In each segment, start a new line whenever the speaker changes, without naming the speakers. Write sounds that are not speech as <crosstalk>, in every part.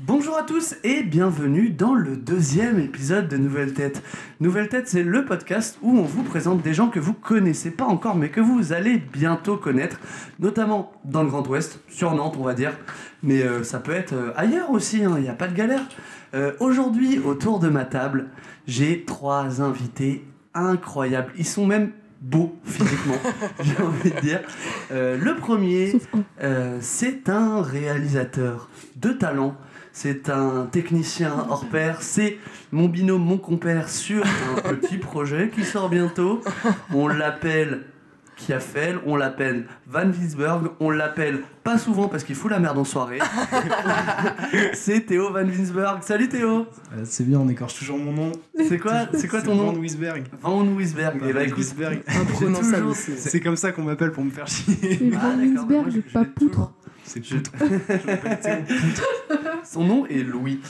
Bonjour à tous et bienvenue dans le deuxième épisode de Nouvelle Tête. Nouvelle Tête, c'est le podcast où on vous présente des gens que vous connaissez pas encore mais que vous allez bientôt connaître, notamment dans le Grand Ouest, sur Nantes on va dire, mais euh, ça peut être euh, ailleurs aussi, il n'y a pas de galère. Euh, Aujourd'hui, autour de ma table, j'ai trois invités incroyables. Ils sont même beaux physiquement, <laughs> j'ai envie de dire. Euh, le premier, euh, c'est un réalisateur de talent. C'est un technicien hors pair, c'est mon binôme, mon compère sur <laughs> un petit projet qui sort bientôt. On l'appelle Kiafel, on l'appelle Van Winsberg, on l'appelle pas souvent parce qu'il fout la merde en <laughs> soirée. c'est Théo Van Winsberg. Salut Théo
Euh, C'est bien, on écorche toujours mon nom.
C'est quoi, c'est quoi ton nom
Wisberg.
Van Winsberg. Eh ben, écoute,
Imprononçable.
C'est comme ça qu'on m'appelle pour me faire chier.
Et
Ah, d'accord, moi,
Van Winsberg,
je-
j'ai
je
pas
l'ai toujours.
poutre.
C'est
Je- Son nom est Louis.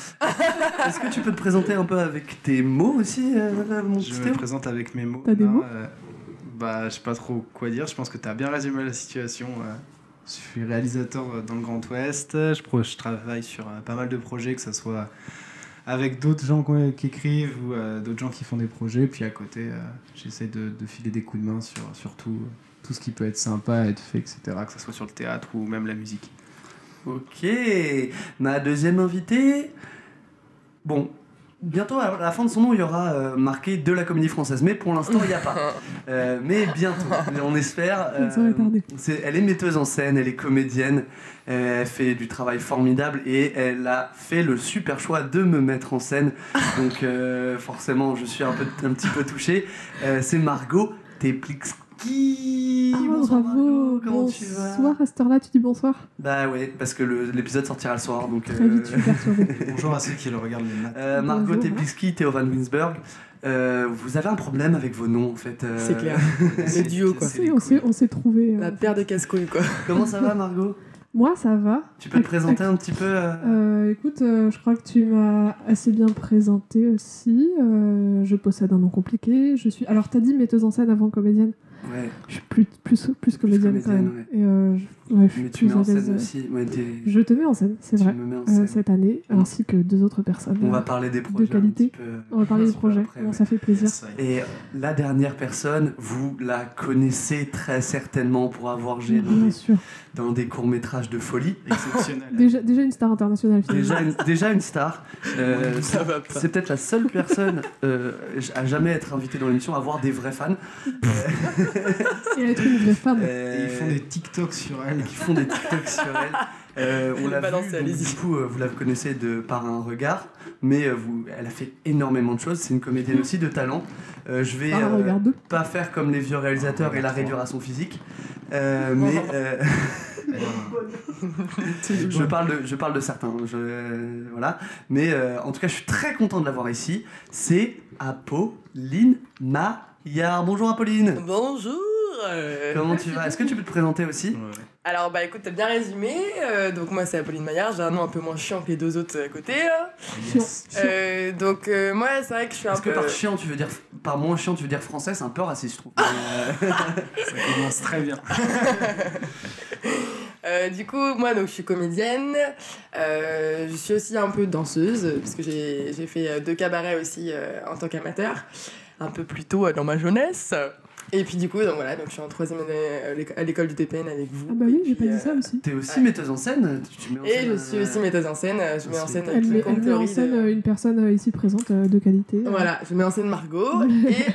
Est-ce que tu peux te présenter un peu avec tes mots aussi, euh, mon petit
Je me
Théo
présente avec mes mots.
T'as des
Non,
mots
euh, Bah, je sais pas trop quoi dire. Je pense que t'as bien résumé la situation. euh. Je suis réalisateur euh, dans le Grand Ouest. Je, pro- je travaille sur euh, pas mal de projets, que ce soit avec d'autres gens qu'on- qui écrivent ou euh, d'autres gens qui font des projets. Puis à côté, euh, j'essaie de, de filer des coups de main sur, sur tout, tout ce qui peut être sympa à être fait, etc. Que ce soit sur le théâtre ou même la musique.
Ok. Ma deuxième invitée. Bon. Bientôt, à la fin de son nom, il y aura euh, marqué de la comédie française, mais pour l'instant, il n'y a pas. Euh, mais bientôt, on
<laughs>
espère. euh,
Ils sont retardés.
c'est- elle est metteuse en scène, elle est comédienne, euh, elle fait du travail formidable et elle a fait le super choix de me mettre en scène. Donc euh, forcément, je suis un, peu, un petit peu touché. Euh, c'est Margot Teplixki.
Ah,
Bonsoir,
bravo.
Margot, comment tu vas
Bonsoir, à cette heure-là, tu dis bonsoir.
Bah ouais, parce que le- l'épisode sortira le soir. Donc,
Très
euh, <laughs>
vite, je suis perturbée.
Bonjour à ceux qui le regardent le matin.
euh, Margot
Bonjour.
Teplixki, Théo Van Winsberg. euh, vous avez un problème avec vos noms en fait. euh,
C'est clair.
C'est-
duo, quoi.
c'est
Oui,
les
on s'est-
couilles.
on s'est trouvés. euh.
La paire de casse-couilles, quoi.
<laughs> Comment ça va Margot
Moi, ça va.
Tu peux te présenter un petit peu euh,
Euh, écoute, euh, je crois que tu m'as assez bien présenté aussi. Euh, je possède un nom compliqué. Je suis. Alors, t'as dit metteuse en scène avant comédienne.
Ouais,
Je suis plus plus plus comédienne, quand
comédienne,
même. Et euh, je, ouais, je suis
mais tu mets
plus
en
à l'aise.
scène aussi. ouais, t'es-
Je te mets en scène, c'est
tu
vrai.
me mets en
euh,
scène.
cette année,
Mm.
ainsi que deux autres personnes.
On va parler des projets
qualité.
un petit peu.
On va parler
un
du
petit peu
projet.
après,
Bon,
ouais.
ça fait plaisir.
Yes, I-
Et la dernière personne, vous la connaissez très certainement pour avoir géré
Bien sûr.
dans des courts-métrages de folie.
Exceptionnel.
Déjà, déjà une star internationale. finalement.
Déjà
<laughs>
une, déjà une star. Euh,
<laughs> Ça va pas.
c'est peut-être la seule personne euh, à jamais être invitée dans l'émission à avoir des vrais fans.
Et être une vraie femme.
Euh,
Et ils font des TikToks sur elle.
qui Euh, font des TikToks sur
<laughs>
elle. Euh, on
Elle
l'a
est balancée,
vu, donc,
allez-y.
du coup, euh, vous la connaissez de par un regard, mais euh, vous, elle a fait énormément de choses. C'est une comédienne aussi de talent. Euh, je vais
Ah,
euh,
regarde.
pas faire comme les vieux
Ah,
réalisateurs et la réduire à son physique, Euh, mais euh,
Ah
je parle de, je parle de certains. hein, Je, voilà, mais euh, en tout cas, je suis très content de l'avoir ici. C'est Apolline Maillard. Bonjour Apolline.
Bonjour euh,
Comment tu vas Est-ce que tu peux te présenter aussi
Alors, bah écoute, t'as bien résumé. euh, donc, moi, c'est Apolline Maillard. J'ai un nom un peu moins chiant que les deux autres euh, à côté. là. Euh, donc, euh, moi, c'est vrai que je suis un
Est-ce que
peu.
par chiant, tu veux dire par moins chiant, tu veux dire français C'est un peu raciste, je trouve.
Ah.
Euh,
Ça commence très bien.
Euh, du coup, moi, donc, je suis comédienne. Euh, je suis aussi un peu danseuse, parce que j'ai j'ai fait euh, deux cabarets aussi euh, en tant qu'amateur, un peu plus tôt euh, dans ma jeunesse. Et puis, du coup, donc voilà, donc, je suis en troisième année euh, l'éco- à l'école du TPN avec vous.
Ah, bah
Et
oui, j'ai pas
puis,
dit
euh,
ça aussi.
T'es aussi
Ouais.
metteuse en scène tu- tu mets en
Et
scène,
Eh, je
euh,
suis aussi metteuse en scène. euh, Je mets en
c'est-
scène
Elle met, elle
quiconque
met en
théorie de-
scène euh, une personne euh, ici présente euh, de qualité. euh,
Voilà, je mets en
<laughs>
scène Margot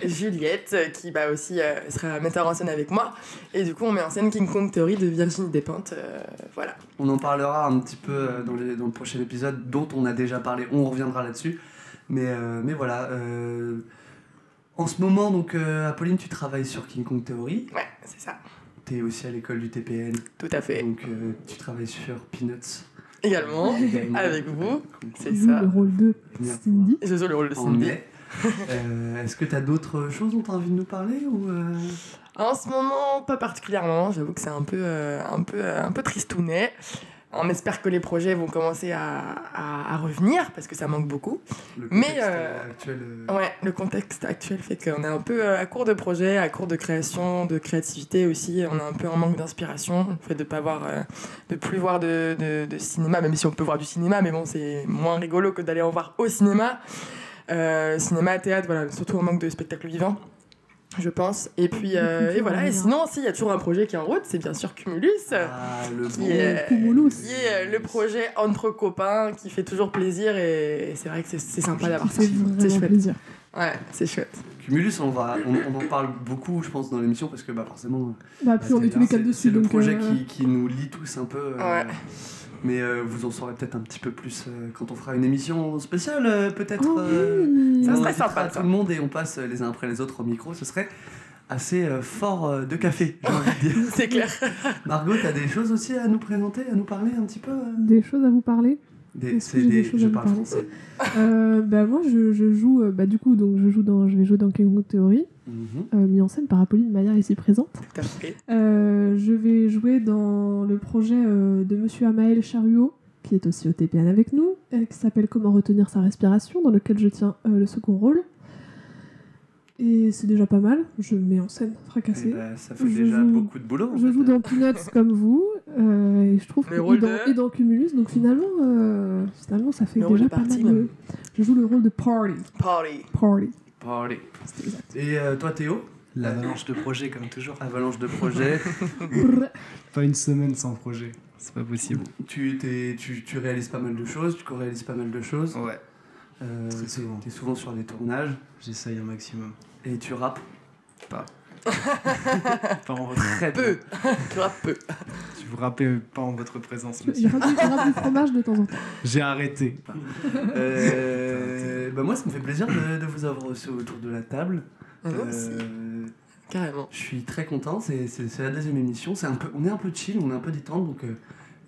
et Juliette, euh, qui bah, aussi euh, sera metteur en scène avec moi. Et du coup, on met en scène King Kong Theory de Virginie Despentes. euh, voilà.
On en parlera un petit peu euh, dans, les- dans le prochain épisode, dont on a déjà parlé, on reviendra là-dessus. Mais, euh, mais voilà. euh, en ce moment, donc, euh, Apolline, tu travailles sur King Kong Theory.
Ouais, c'est ça.
T'es aussi à l'école du TPN,
Tout à fait.
donc euh, tu travailles sur Peanuts.
<laughs> Également,
également.
avec vous, c'est
qui joue
ça.
le rôle de
Bien.
Cindy.
Je joue le rôle de
En
Cindy.
mai. Euh, Est-ce que t'as d'autres choses dont t'as envie de nous parler ou euh,
En ce moment, pas particulièrement. J'avoue que c'est un peu, euh, un peu, euh, un peu tristounet. On espère que les projets vont commencer à, à- à revenir parce que ça manque beaucoup.
Le
Mais,
contexte,
euh,
euh, actuel, euh,
Ouais, le contexte actuel fait qu'on est un peu euh, à court de projets, à court de création, de créativité aussi. On est un peu en manque d'inspiration. Le fait de pas voir, euh, de plus voir de, de- de cinéma, même si on peut voir du cinéma, mais bon, c'est moins rigolo que d'aller en voir au cinéma. Euh, cinéma, théâtre, voilà, surtout en manque de spectacles vivants, je pense. Et puis, <laughs> euh, et voilà. Et sinon, s'il y a toujours un projet qui est en route, c'est bien sûr Cumulus.
Ah, le
euh, qui
bon.
est-
Cumulus.
qui est, euh, le projet entre copains qui fait toujours plaisir et, et c'est vrai que c'est c'est sympa d'avoir ça.
C'est
C'est
vraiment
chouette.
plaisir.
Ouais, c'est chouette.
Cumulus, on, va, on, on en parle beaucoup, je pense, dans l'émission, parce que bah, forcément,
Bah,
Ah,
puis on est tous les
c'est-
quatre
c'est
dessus.
le
donc,
projet
euh,
qui, qui nous lie tous un peu. euh,
Ouais.
Mais euh, vous en saurez peut-être un petit peu plus euh, quand on fera une émission spéciale, euh, peut-être.
oh,
euh,
oui.
Ça
on
serait
invitera
sympa, ça.
Tout le monde et on passe euh, les uns après les autres au micro, ce serait assez euh, fort euh, de café, j'ai envie de dire.
C'est clair.
Margot, t'as des choses aussi à nous présenter, à nous parler un petit peu euh
Des choses à vous
<laughs>
parler
des,
Est-ce que
c'est
j'ai des
des-
choses
Je
à vous
parle
parler
français.
Euh, bah moi je, je joue euh, bah du coup donc je joue dans je vais jouer dans Kengo Theory
Mhm.
euh, mis en scène par Apolline Maillard ici présente.
Tout à fait.
Euh, je vais jouer dans le projet euh, de monsieur Amael Charuot qui est aussi au TPN avec nous euh, qui s'appelle Comment retenir sa respiration dans lequel je tiens euh, le second rôle. Et c'est déjà pas mal, je mets en scène fracassé.
Eh ben, ça fait
Je
déjà
joue-
beaucoup de boulot. en
Je
fait.
joue dans Peanuts comme vous, euh, et je trouve
Le
que
rôle
et dans,
de-
et dans Cumulus, donc finalement, euh, finalement ça fait
Le rôle
déjà
de
pas
party,
mal de...
même.
Je joue le rôle de Party.
Party.
Party,
Parlez.
c'est
<laughs>
exact.
Et euh, toi, Théo
L'avalanche de projets, comme toujours.
Avalanche de projets. <laughs>
Brr.
Pas une semaine sans projet. C'est pas possible.
tu, t'es- tu, tu réalises pas mal de choses, tu co-réalises pas mal de choses.
Ouais,
Euh,
Très
t'es-
souvent.
T'es souvent sur des tournages
j'essaye un maximum.
et tu rappes
Ah, Pas en votre...
très peu.
Peu. Tu vois, peu.
Si vous rappelez pas en votre présence,
Il
monsieur.
rajoute il rajoute du fromage de temps en temps.
J'ai arrêté. <laughs>
Euh, bah moi, ça me fait plaisir de, de vous avoir reçu autour de la table.
Ah,
Moi aussi.
Euh,
Carrément.
je suis très content. C'est c'est- c'est la deuxième émission. C'est un peu, on est un peu chill, on est un peu détente, donc euh,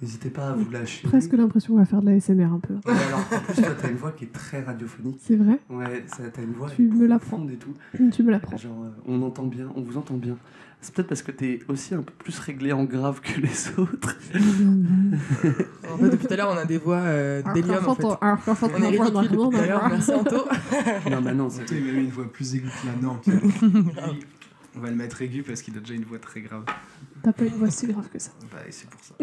n'hésitez pas à vous lâcher.
Presque l'impression qu'on va faire de la SMR un peu.
Ouais, alors, en plus, toi, t'as une voix qui est très radiophonique.
C'est vrai
Ouais, ça- t'as une voix
Tu me la
profonde et tout.
Tu me l'apprends.
Genre, euh, on entend bien, on vous entend bien. C'est peut-être parce que t'es aussi un peu plus réglé en grave que les <laughs> autres.
En fait, depuis tout à l'heure, on a des voix euh, d'hélium. En fait. On est ridicule depuis tout à l'heure.
Moi
Merci Anto.
non, bah non, c'est-
Surtout, il a eu une voix plus aiguë que la <laughs> norme. Lui, On va le mettre aigu parce qu'il a déjà une voix très grave.
T'as pas une voix si grave que ça.
Bah, et c'est pour ça.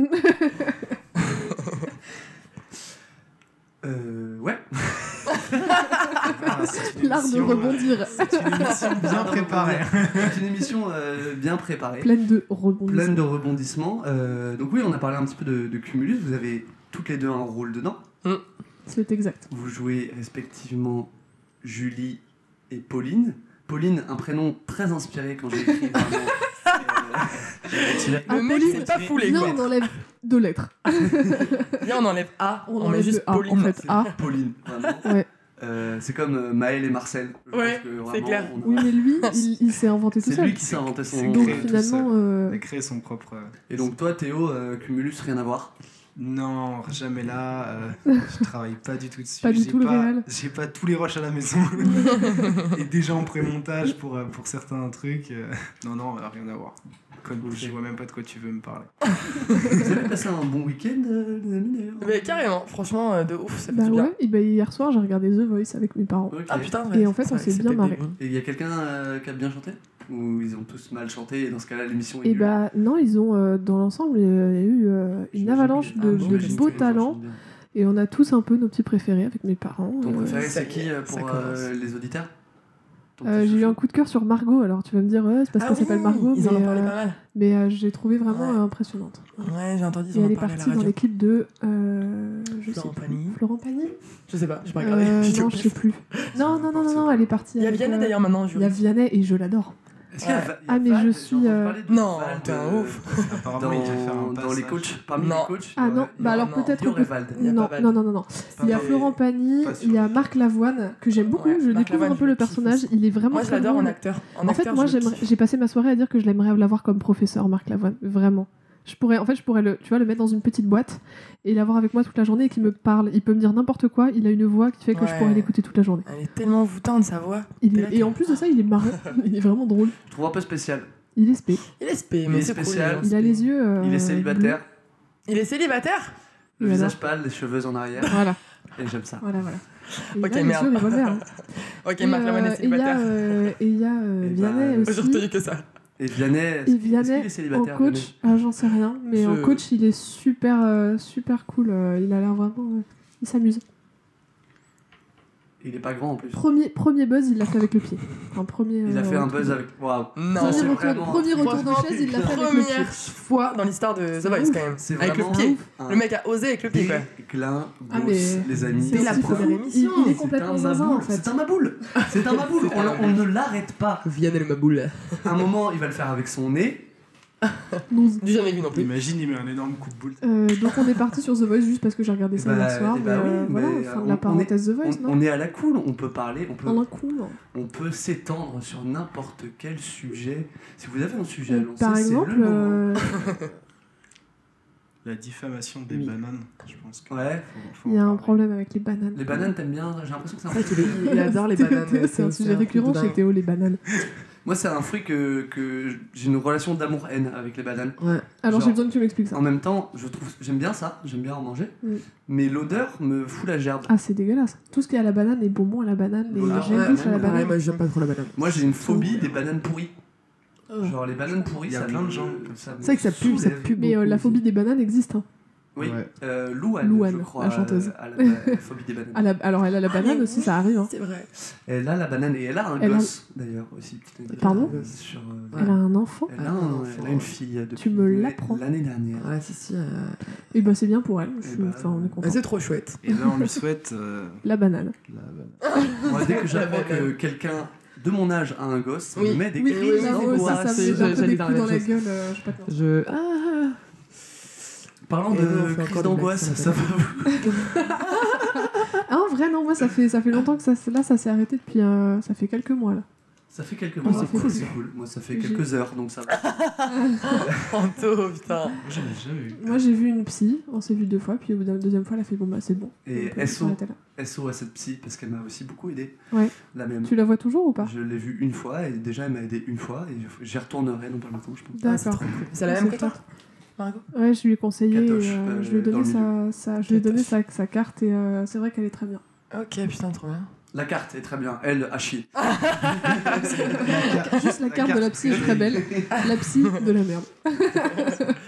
Euh, ouais.
<laughs> Ah, c'est une
L'art de <laughs>
émission,
rebondir.
euh, C'est une émission bien préparée.
C'est une émission euh, bien préparée,
Pleine de rebondissements.
pleine de rebondissements. Euh, donc oui, on a parlé un petit peu de, de Cumulus. Vous avez toutes les deux un rôle dedans.
C'est exact.
Vous jouez respectivement Julie et Pauline. Pauline, un prénom très inspiré quand j'ai écrit. vraiment. euh,
Le mec,
Ah, Pauline,
c'est pas foulé,
Viens,
quoi.
on enlève deux lettres.
Viens, on enlève A. On, met
enlève
Oh, juste
deux A,
Pauline.
En fait, A.
Pauline, vraiment.
Ouais.
Euh, c'est comme euh, Maël et Marcel. Je
Ouais,
pense que vraiment,
c'est clair.
on a-
Oui, mais lui, il, il s'est inventé tout
C'est
seul.
lui qui s'est inventé son
C'est
nom.
Donc
créé tout
finalement,
Il
euh,
a créé son propre. euh,
Et donc toi, Théo, euh, Cumulus, rien à
<laughs>
voir.
Non, jamais là. euh, je travaille pas du tout dessus.
Pas du
J'ai
tout le réel.
J'ai pas tous les rushs à
<laughs>
la maison. Et déjà en pré-montage pour, euh, pour certains trucs. euh, Non, non, euh, rien à voir. Code
Ok.
je vois même pas de quoi tu veux me parler.
Vous avez passé un bon week-end, euh, les amis, d'ailleurs
Mais carrément, franchement, euh, de ouf, ça fait
bah
du bien.
ouais, et bah hier soir j'ai regardé The Voice avec mes parents.
Ok.
Ah putain,
Et en fait, on
c'est vrai
s'est
que
bien
c'était
marré.
débile.
Et il y a quelqu'un euh, qui a bien chanté Ou ils ont tous mal chanté et dans ce cas-là, l'émission est
Et
nulle
bah non, ils ont euh, dans l'ensemble, euh, il y a eu euh, une
J'imagine
avalanche
que-
de,
ah,
de
j'imagine
beaux
que les gens chantent
talents
bien.
et on a tous un peu nos petits préférés avec mes parents.
Ton
euh,
préféré,
ça
c'est
y
qui
est,
euh,
ça
pour
commence.
euh, les auditeurs Ton
euh,
petit
j'ai eu un
chouchou
coup de cœur sur Margot, alors tu vas me dire, ouais, c'est parce
Ah
qu'elle
oui,
s'appelle Margot,
Ils en ont
mais,
parlé
euh,
pas mal.
mais euh, je l'ai trouvée vraiment
Ouais.
euh, impressionnante.
Ouais, j'ai entendu, ils
Et
en
elle
ont
est
parlé à la
partie dans
radio.
l'équipe de. euh, je
Florent
sais plus.
Pagny.
Florent Pagny
Je sais pas, j'ai pas regardé.
Euh,
J'ai
Non,
oublié.
je sais
<laughs>
plus. Non, non, non, non, non, elle est partie.
Il y a
avec,
Vianney
euh,
d'ailleurs maintenant,
Il y a
je
Vianney et je l'adore.
Est-ce qu'il y a
Ouais.
Va- il y a
Ah, mais
Val
je
J'ai
suis,
entendu
euh,
parler de
Non,
Val
t'es un
de-
ouf.
Apparemment,
Dans,
il devait faire
dans
un
les
passage.
coachs Parmi
Non.
les coachs
Ah
ouais.
non, bah alors
non,
peut-être
Il y
qu'on
aurait
peut.
Vald.
Il y a
Non,
pas mal.
non, non, non, non.
Pas
Il y a
mal.
Florent Pagny,
pas sûr.
il y a Marc Lavoine, que j'aime beaucoup,
Ouais,
je
Marc
découvre un
Lavoine,
peu
je
le
le kiffe
personnage,
aussi.
il est vraiment
Moi, je
très
l'adore
drôle.
en acteur. En,
En fait,
acteur,
moi,
je le
j'aimerais-
kiffe.
j'ai passé ma soirée à dire que je l'aimerais l'avoir comme professeur, Marc Lavoine, vraiment. Je pourrais, en fait, je pourrais le, tu vois, le mettre dans une petite boîte et l'avoir avec moi toute la journée et qu'il me parle. Il peut me dire n'importe quoi, il a une voix qui fait que je
Ouais.
pourrais l'écouter toute la journée.
Elle est tellement envoûtante sa voix.
Il
T'es
est-
là,
et
t'es-
en plus de ça, il est
<laughs>
marrant, il est vraiment drôle.
Je trouve un peu spécial.
Il est spé.
Il est spé,
Il est
mais c'est cool,
spécial.
gens
Il a
spé.
les yeux. euh,
Il est célibataire.
Il est célibataire
Le
Et
visage pâle, les cheveux en arrière,
Voilà,
et j'aime ça.
voilà, voilà. Et
Ok,
là, les
merde.
yeux, les revolvers, hein.
<laughs> Ok,
Et,
Marc Lavoine
euh,
est
et il y a,
célibataire.
euh, et il y a euh,
Et bah,
Vianney aussi.
Eh ben, Aujourd'hui, il y a que ça.
Et Vianney, est-ce
Et
qu'il- est-ce qu'il
Vianney,
est
en
célibataire
coach, ah, j'en sais rien, mais en
Je-
coach, il est super, euh, super cool. euh, il a l'air vraiment. euh, il s'amuse.
Vianney Il est pas grand en plus.
Premier, premier buzz, il l'a fait avec le pied. Un premier,
Il a
euh,
fait un
retour.
buzz avec. Waouh.
Non.
Premier
c'est
retour,
vraiment-
premier retour de
Franchement,
chaise, il l'a fait avec le pied.
Première fois Ah, dans l'histoire de The
C'est
Voice,
ouf.
quand même.
C'est
Avec le
vraiment
pied.
un
Le mec a osé avec le pied, quoi.
déclin
Ah,
d'os,
mais-
les amis.
C'est la
c'est
première
fou.
émission.
Il, il est
C'est
complètement
un
zinzin
maboule.
en fait.
C'est un maboule. C'est un maboule.
C'est
on,
un
on ne l'arrête pas.
Vianney le Maboule.
Un moment, il va le faire avec son nez.
Nous-
Du jamais vu non plus.
Imagine, il met un énorme coup de boule.
Euh, donc on est parti sur The Voice juste parce que j'ai regardé ça
Eh bah,
hier soir.
eh bah
mais,
oui,
euh, voilà,
mais,
fin de
euh,
la
on-
parenthèse The
On,
Voice, non
on est à la cool. On peut parler. On peut,
En un hein. coup, non.
on peut s'étendre sur n'importe quel sujet. Si vous avez un sujet à
Et
lancer,
Par
c'est
exemple,
le moment.
euh,
La diffamation des
Oui.
bananes, je pense que.
Ouais.
faut- faut
il y a
en
un
parler.
problème avec les bananes.
Les bananes, t'aimes bien J'ai l'impression que c'est un
C'est vrai qu'il <laughs> est- il
<laughs>
adore les
Théo,
bananes.
Théo, C'est un sujet
truc de
récurrent
dingue.
chez Théo, les bananes.
Moi, c'est un fruit que, que j'ai une relation d'amour-haine avec les bananes.
Ouais.
Alors
Genre-
j'ai besoin que tu m'expliques ça. Mm.
En même temps, je trouve, j'aime bien ça, j'aime bien en manger,
Oui.
mais l'odeur me fout la gerbe.
Ah, c'est dégueulasse. Tout ce qui est à la banane, les bonbons à la banane, les
Voilà.
gels
Ouais,
douces à la
ouais,
banane.
moi j'aime pas trop la banane.
Moi, j'ai une phobie des bananes pourries.
Ouais.
Genre, les bananes pourries,
Il y a
ça
plein
me-
de gens comme ça.
me
C'est vrai que ça pue, ça
soulève.
pue
Mais euh,
beaucoup.
la phobie des bananes existe. hein.
Oui,
Ouais.
euh, Louane,
Louane,
je crois,
la chanteuse.
euh, a la, la phobie des
<laughs>
bananes.
À la- Alors elle a la
Ah,
banane
mais
aussi,
oui.
ça arrive. hein.
C'est vrai.
Elle a la banane et elle a un
Elle a-
gosse, d'ailleurs, aussi. petite anecdote.
Pardon
Euh, sur, euh,
Ouais.
Elle a un enfant.
elle, a un- elle a une fille euh, depuis
Tu me l'apprends.
l'année dernière.
Ouais, Ah, si, si. euh,
Et ben c'est bien pour elle.
Eh
Je suis-
ben,
Enfin, on est content.
C'est trop chouette.
Et là, on lui souhaite. euh,
La banane.
la banane.
Moi, dès que j'apprends
La
que quelqu'un de mon âge a un gosse, ça
Oui.
me met des
Oui,
crises
oui, oui,
ça,
non,
me- ça,
d'angoisse.
ça me
c'est-
met un peu
j'allais
des
dire
coups
la
dans la
même chose.
gueule. euh, je sais pas comment.
Je.
Ah,
Parlant
Et non, on fait
de
encore
crise
des
d'angoisse,
blagues
ça
sur
va
Ah, en vrai, non, moi ça fait, ça fait longtemps que ça, c'est- là, ça s'est arrêté depuis. euh, ça fait quelques mois là.
Ça fait quelques
Ah,
mois,
c'est cool.
c'est cool. Moi, ça fait
J'ai-
quelques heures, donc ça va.
Anto, putain.
Moi, j'en ai jamais eu.
Moi j'ai vu une psy, on s'est vu deux fois, puis au bout de la deuxième fois, elle a fait bon bah c'est bon.
Et
Donc, on peut
SO.
s'arrêter là.
SO à cette psy, parce qu'elle m'a aussi beaucoup aidé.
Ouais.
La même.
Tu la vois toujours ou pas
Je l'ai vue une fois, et déjà, elle m'a aidé une fois, et j'y retournerai dans pas longtemps, je pense.
D'accord.
Ah, C'est la même que toi,
chouette.
Margot
Ouais, je lui ai conseillé,
Catoche,
et, euh,
euh,
je lui ai
dans
donné,
le
sa, sa- je lui ai donné sa,
Catoche.
sa carte et euh, c'est vrai qu'elle est très bien.
Ok, putain, trop bien.
La carte est très bien. Elle, à chier.
Juste la carte de la psy est très belle. La psy de la merde.
C'est
<laughs>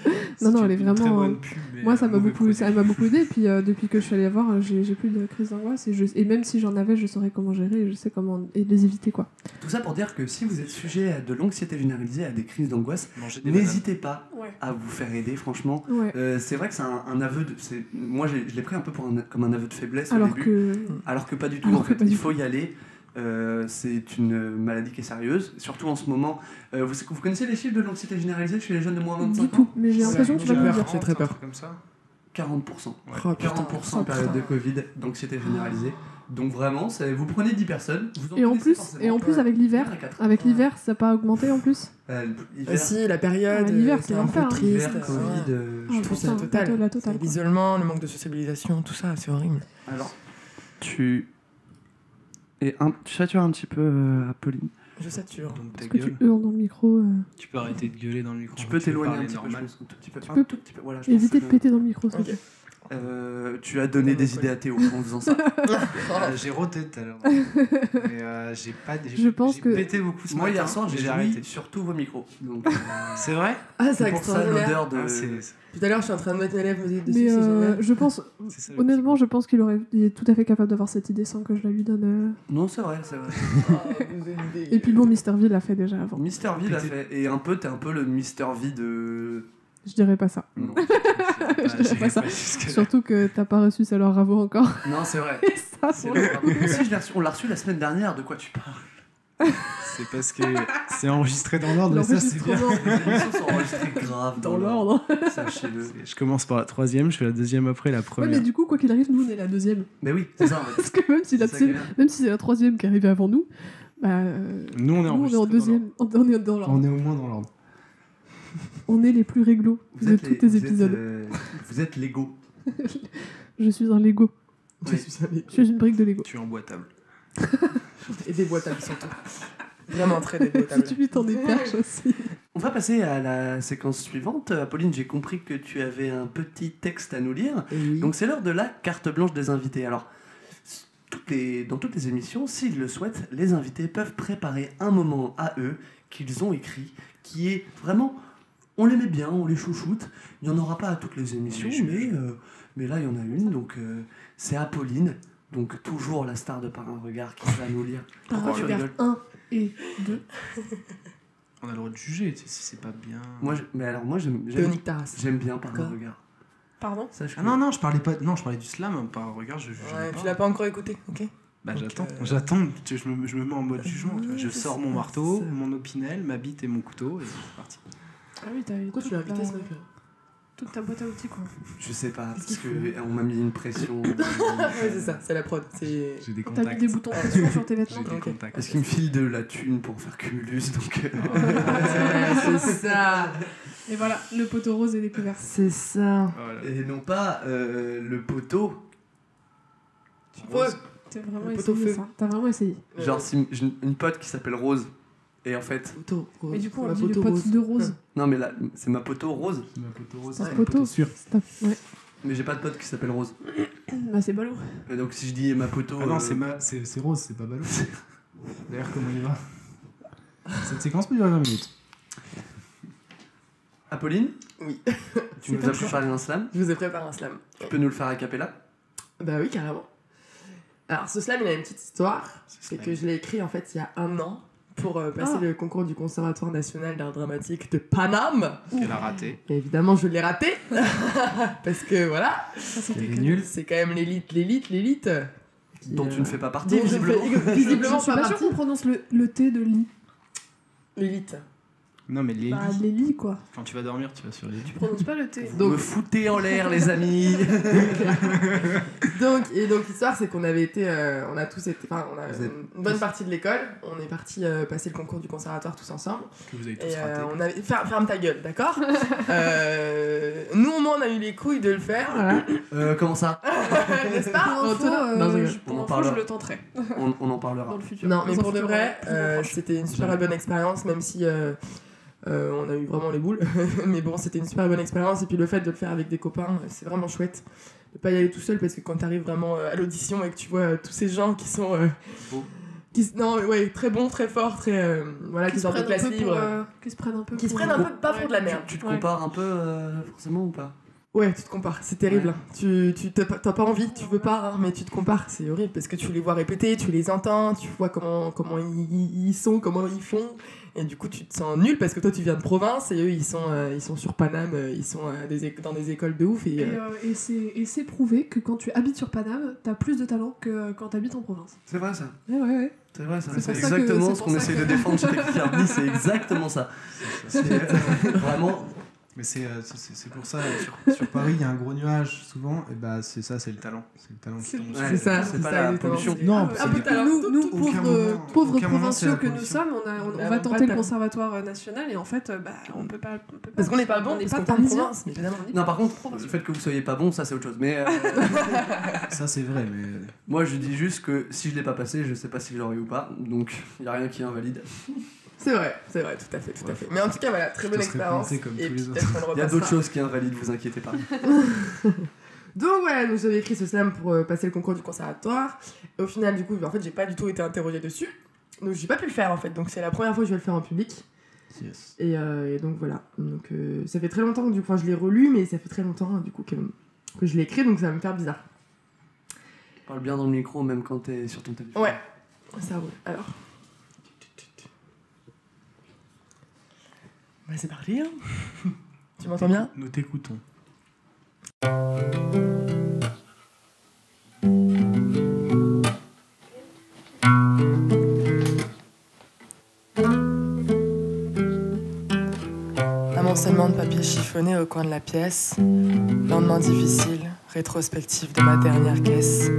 Non, non, elle est
une très
vraiment, euh,
bonne pub, mais
Moi, ça
un
m'a
mauvais
beaucoup,
produit.
ça m'a beaucoup aidé. Puis euh, depuis que je suis allée la voir, euh, j'ai j'ai plus de crise d'angoisse et, je- et même si j'en avais, je saurais comment gérer, et je sais comment et les éviter quoi.
Tout ça pour dire que si vous êtes sujet à de l'anxiété généralisée, à des crises d'angoisse,
Manger des bananes.
n'hésitez pas
Ouais.
à vous faire aider, franchement.
Ouais.
Euh, c'est vrai que c'est un, un aveu de. c'est- Moi, j'ai- je l'ai pris un peu pour un- comme un aveu de faiblesse au
Alors
début.
que
Alors que pas du tout,
Alors
en
que
fait,
pas du
il faut y aller. Euh, c'est une euh, maladie qui est sérieuse, surtout en ce moment. Euh, vous, vous connaissez les chiffres de l'anxiété généralisée chez les jeunes de moins de
du
25
tout,
ans
mais j'ai
Ouais,
l'impression que tu
j'ai
vas me
un
le dire.
j'ai très
truc
peur.
Comme ça.
40%.
Ouais.
Oh, putain.
40% en période de Covid d'anxiété généralisée. Donc vraiment, c'est- vous prenez 10 personnes, vous en
Et en
connaissez
plus,
forcément
et en plus
un,
avec
un
l'hiver,
à quatre.
avec
Ouais.
l'hiver, ça n'a pas augmenté en plus.
Euh,
Euh,
hiver,
Si, la période.
Ouais, l'hiver,
euh,
c'est
un peu
l'enfer, hein.
triste.
hiver,
ouais.
Covid, euh,
Ah,
je-
trouve
putain,
c'est la totale.
totale, La totale. quoi.
L'isolement, le manque de sociabilisation, tout ça, c'est horrible.
Alors, tu... Et un, tu satures un petit peu euh, Apolline.
Je sature.
Donc ta
Est-ce que tu
gueule.
hurles dans le micro euh,
Tu peux arrêter de gueuler dans le micro.
Tu peux t'éloigner un petit peu, je
normal.
pense, un tout petit peu.
peux
un tout petit peu, voilà, je pense
Évitez de
que-
péter dans le micro. s'il vous
Ok.
plaît.
Euh, tu as donné
Non,
des
mais
idées à Théo en faisant
<laughs>
ça.
Euh, j'ai roté tout à l'heure. Mais euh, j'ai pas. j'ai-
Je pense
j'ai
que-
pété beaucoup ce
Moi,
matin,
hier soir,
mais
j'ai arrêté sur tous vos micros.
<laughs>
Donc, euh,
C'est vrai
Ah,
c'est
c'est
pour ça
extraordinaire.
l'odeur de.
Ah, c'est- c'est-
Tout à l'heure, je suis en train de mettre mes lèvres dessus, c'est
Mais euh,
<laughs> génial.
je pense,
c'est ça, le
honnêtement,
petit
je pense qu'il aurait, il est tout à fait capable d'avoir cette idée sans que je la lui donne. euh.
Non, c'est vrai, c'est vrai. Ah,
Et puis bon, Mister V l'a fait déjà avant.
Mister V l'a fait. Et un peu, t'es un peu le Mister euh, V de.
Je dirais pas ça.
<laughs> Non,
coup.
<laughs> je
Ah,
dirais
j'ai
pas ça.
jusque-là.
Surtout que t'as pas reçu ça leur bravo encore. <laughs>
Non, c'est vrai.
Et ça,
C'est
pour le-
vrai. Si, je l'ai reçu- on l'a reçu la semaine dernière, de quoi tu parles
C'est parce que c'est enregistré dans l'ordre, mais ça, c'est bien.
<laughs> Les émissions sont enregistrées <laughs> grave
<laughs> dans l'ordre.
Sachez-le.
C'est- Je commence par la troisième, je fais la deuxième après la
Ouais,
première.
mais du coup, quoi qu'il arrive, nous on est la deuxième. <laughs>
Mais oui, c'est ça en fait.
Parce que même si, la
<laughs> C'est ça qui est
deuxième-
bien.
même si c'est la troisième qui est arrivée avant nous, bah, euh,
Nous, on est
nous on est
enregistré
en
dans
deuxième. On est dans l'ordre.
l'ordre. On est au moins dans l'ordre.
On est les plus réglo
Vous
de
êtes
tous tes
vous êtes,
épisodes.
euh, Vous êtes Lego.
Je suis un Lego.
Je suis allée.
<laughs>
Je suis une brique de Lego.
Tu es emboîtable.
Et des boîtes à surtout. Vraiment très
si
dégoûtable.
tu lui tends des perches aussi.
On va passer à la séquence suivante. Apolline, j'ai compris que tu avais un petit texte à nous lire.
Oui.
Donc c'est l'heure de la carte blanche des invités. Alors, s- toutes les- dans toutes les émissions, s'ils le souhaitent, les invités peuvent préparer un moment à eux qu'ils ont écrit, qui est vraiment... On les met bien, on les chouchoute. Il n'y en aura pas à toutes les émissions,
les chouchoute.
mais, euh, mais là, il y en a une. Donc euh, c'est Apolline, donc toujours la star de Par un regard, qui va nous lire.
Par
Pourquoi
un
tu
regard
rigoles
1 et 2.
On a le droit de juger tu sais, si c'est pas bien.
Moi, je- mais alors moi, j'aime j'aime-
Véronique Taras.
j'aime bien Par un
Quoi
regard.
Pardon
Sache
Ah
que-
non, non, je parlais pas. Non, je parlais du slam. Par regard, je juge.
Ouais,
pas.
tu l'as pas encore écouté, ok
Bah,
Donc,
j'attends,
euh,
j'attends, tu- je me, je me mets en mode jugement. tu vois. Je
c'est
sors
ça,
mon marteau,
c'est ça.
mon opinel, ma bite et mon couteau et c'est parti.
Ah oui, t'as eu
Pourquoi tu l'as invité ce mec là
toute ta boîte à outils, quoi.
Je sais pas,
Qu'est-ce
parce
qu'il
que on m'a mis une pression.
<laughs> Ouais, c'est ça, c'est la prod. C'est.
J'ai des
T'as mis
contacts.
des boutons de pression sur tes
J'ai
vêtements.
des
Ok.
contacts.
Parce qu'il me file de la thune pour faire Cumulus, donc. euh,
c'est ça
Et voilà, le poteau rose est découvert.
C'est ça
Voilà.
Et non pas euh, le poteau.
Rose.
T'as vraiment
Le poteau
essayé
feu.
ça. T'as vraiment essayé.
Euh,
Genre, si j'ai une pote qui s'appelle Rose. Et en fait.
Mais du coup, on dit le pote de rose.
Non, mais là, c'est ma poteau Rose.
Ma poteau rose,
C'est
c'est
un
mon
poteau.
sûr.
C'est ta- Ouais.
Mais j'ai pas de pote qui s'appelle Rose.
Bah, c'est ballot.
Et donc, si je dis ma poteau.
Ah non,
euh,
c'est ma... c'est c'est rose, c'est pas ballot. D'ailleurs, comment il va Cette séquence peut durer 20 minutes.
Apolline
Oui.
<laughs> Tu nous
pas
as
le choix.
préparé un slam
Je vous ai préparé un slam.
Tu peux nous le faire à capella
Bah oui, carrément. Alors, ce slam, il a une petite histoire. C'est que je l'ai écrit en fait il y a un an pour euh, passer
Ah.
le concours du Conservatoire national d'art dramatique de Paname.
Elle a raté.
Et évidemment, je l'ai raté. <laughs> Parce que voilà,
Ça, c'était
Elle est
que-
nulle.
c'est quand même l'élite, l'élite, l'élite. qui,
Dont
euh,
tu ne fais pas partie,
dont je ne fais
visiblement.
Je
<laughs> visiblement
suis
pas
pas sûre
partie.
qu'on prononce le, le T de lit.
L'élite.
Non, mais les
Bah,
lits,
les lits, quoi.
quand tu vas dormir, tu vas sur les lits.
Tu prononces pas le T.
Donc-
Me foutez en l'air, les amis
Donc, et donc l'histoire, c'est qu'on avait été, euh, on a tous été, enfin, on a
Vous êtes
une bonne partie de l'école, on est parti euh, passer le concours du conservatoire tous ensemble.
Que vous avez
Et
tous raté.
euh, on avait, ferme, ferme ta
<laughs>
gueule, d'accord Euh, Nous au moins on a eu les couilles de le faire,
Euh, Comment ça
<laughs> n'est-ce pas
Pour info,
Antonin
euh,
Non, je rigole.
je- pour
On en
info,
parlera.
je le tenterai
on, on en
dans
parlera.
le futur.
Non, mais
Dans
pour
le
de
futur,
vrai,
on-
euh,
on en
c'était une super bonne expérience, même si euh, euh, on a eu vraiment les boules. <laughs> mais bon, c'était une super bonne expérience. Et puis le fait de le faire avec des copains, euh, c'est vraiment chouette. De pas y aller tout seul, parce que quand t'arrives vraiment euh, à l'audition et que tu vois euh, tous ces gens qui sont. euh,
Beaux.
qui, s- non, ouais, très bons, très forts, très. euh, voilà, qui,
Qui se
sont de
prennent un
classe
peu pour,
libre.
euh, Qui se prennent un peu
Qui se
pour-
prennent un peu pas pour de la
Ouais.
merde.
Tu te
Ouais.
compares un peu, euh, forcément, ou pas
Ouais, tu te compares, c'est terrible. hein. Tu, tu t'as pas t'as pas envie, tu veux pas, hein, mais tu te compares, c'est horrible parce que tu les vois répéter, tu les entends, tu vois comment comment ils, ils sont, comment ils font, et du coup tu te sens nul parce que toi tu viens de province et eux ils sont euh, ils sont sur Paname, euh, ils sont euh, des éc- dans des écoles de ouf et,
Et,
euh,
euh, et c'est et c'est prouvé que quand tu habites sur Paname, t'as plus de talent que euh, quand t'habites en province.
C'est vrai ça.
Ouais, ouais, ouais.
C'est vrai ça.
C'est
C'est
pour ça que-
exactement
c'est
ce
pour
qu'on
ça
essaye
que-
de défendre chez
<laughs>
Picardie, c'est exactement ça. C'est euh, <laughs> vraiment.
Mais c'est euh, c'est- c'est- c'est pour ça, euh, sur, sur Paris, il y a un gros nuage souvent, et bah c'est ça, c'est le talent. C'est le talent qui
C'est-
tombe.
ouais,
c'est ça,
c'est
c'est
pas
ça,
la
exactement.
pollution.
Non,
Ah,
c'est
ah,
bien.
peut-être nous, nous
Aucun
pauvres, euh,
moment-
pauvres
aucun moment, c'est
provinciaux
la
que nous
pollution.
sommes, on, a, on, on
On a
va
Ah, pas
tenter
de
le
talent.
conservatoire euh, national et en fait, euh, bah, on peut pas. on peut
parce qu'on n'est pas bon,
on n'est
parce
pas
qu'on vient de
parisien.
province, mais évidemment.
Non, par contre, le fait que vous soyez pas bon, ça c'est autre chose. Mais euh, <laughs>
Ça, c'est vrai, mais. euh,
moi je dis juste que si je l'ai pas passé, je sais pas si je l'aurais eu ou pas. Donc il y a rien qui est invalide.
C'est vrai, c'est vrai, tout à fait, tout à
Ouais.
fait. Mais en tout cas voilà, très
Je te
bonne
serais
expérience.
planté comme
et
tous les
puis
autres.
peut-être qu'on le
Oh, bah,
Il y a
repassera.
d'autres choses qui est invalide, vous inquiétez pas. <laughs>
Donc voilà, donc j'avais écrit ce slam pour euh, passer le concours du conservatoire. Et au final, du coup, en fait, j'ai pas du tout été interrogée dessus. Donc j'ai pas pu le faire en fait. Donc c'est la première fois que je vais le faire en public.
Yes.
Et, euh, et donc voilà. Donc euh, ça fait très longtemps que du coup, enfin, je l'ai relu, mais ça fait très longtemps du coup que, que je l'ai écrit, donc ça va me faire bizarre.
Parle bien dans le micro, même quand t'es sur ton téléphone.
Ouais. Ça roule. Alors. Bah, c'est parti. hein. <laughs> tu m'entends bien
Nous t'écoutons.
Amoncellement de papier chiffonné au coin de la pièce. Lendemain difficile, rétrospective de ma dernière caisse.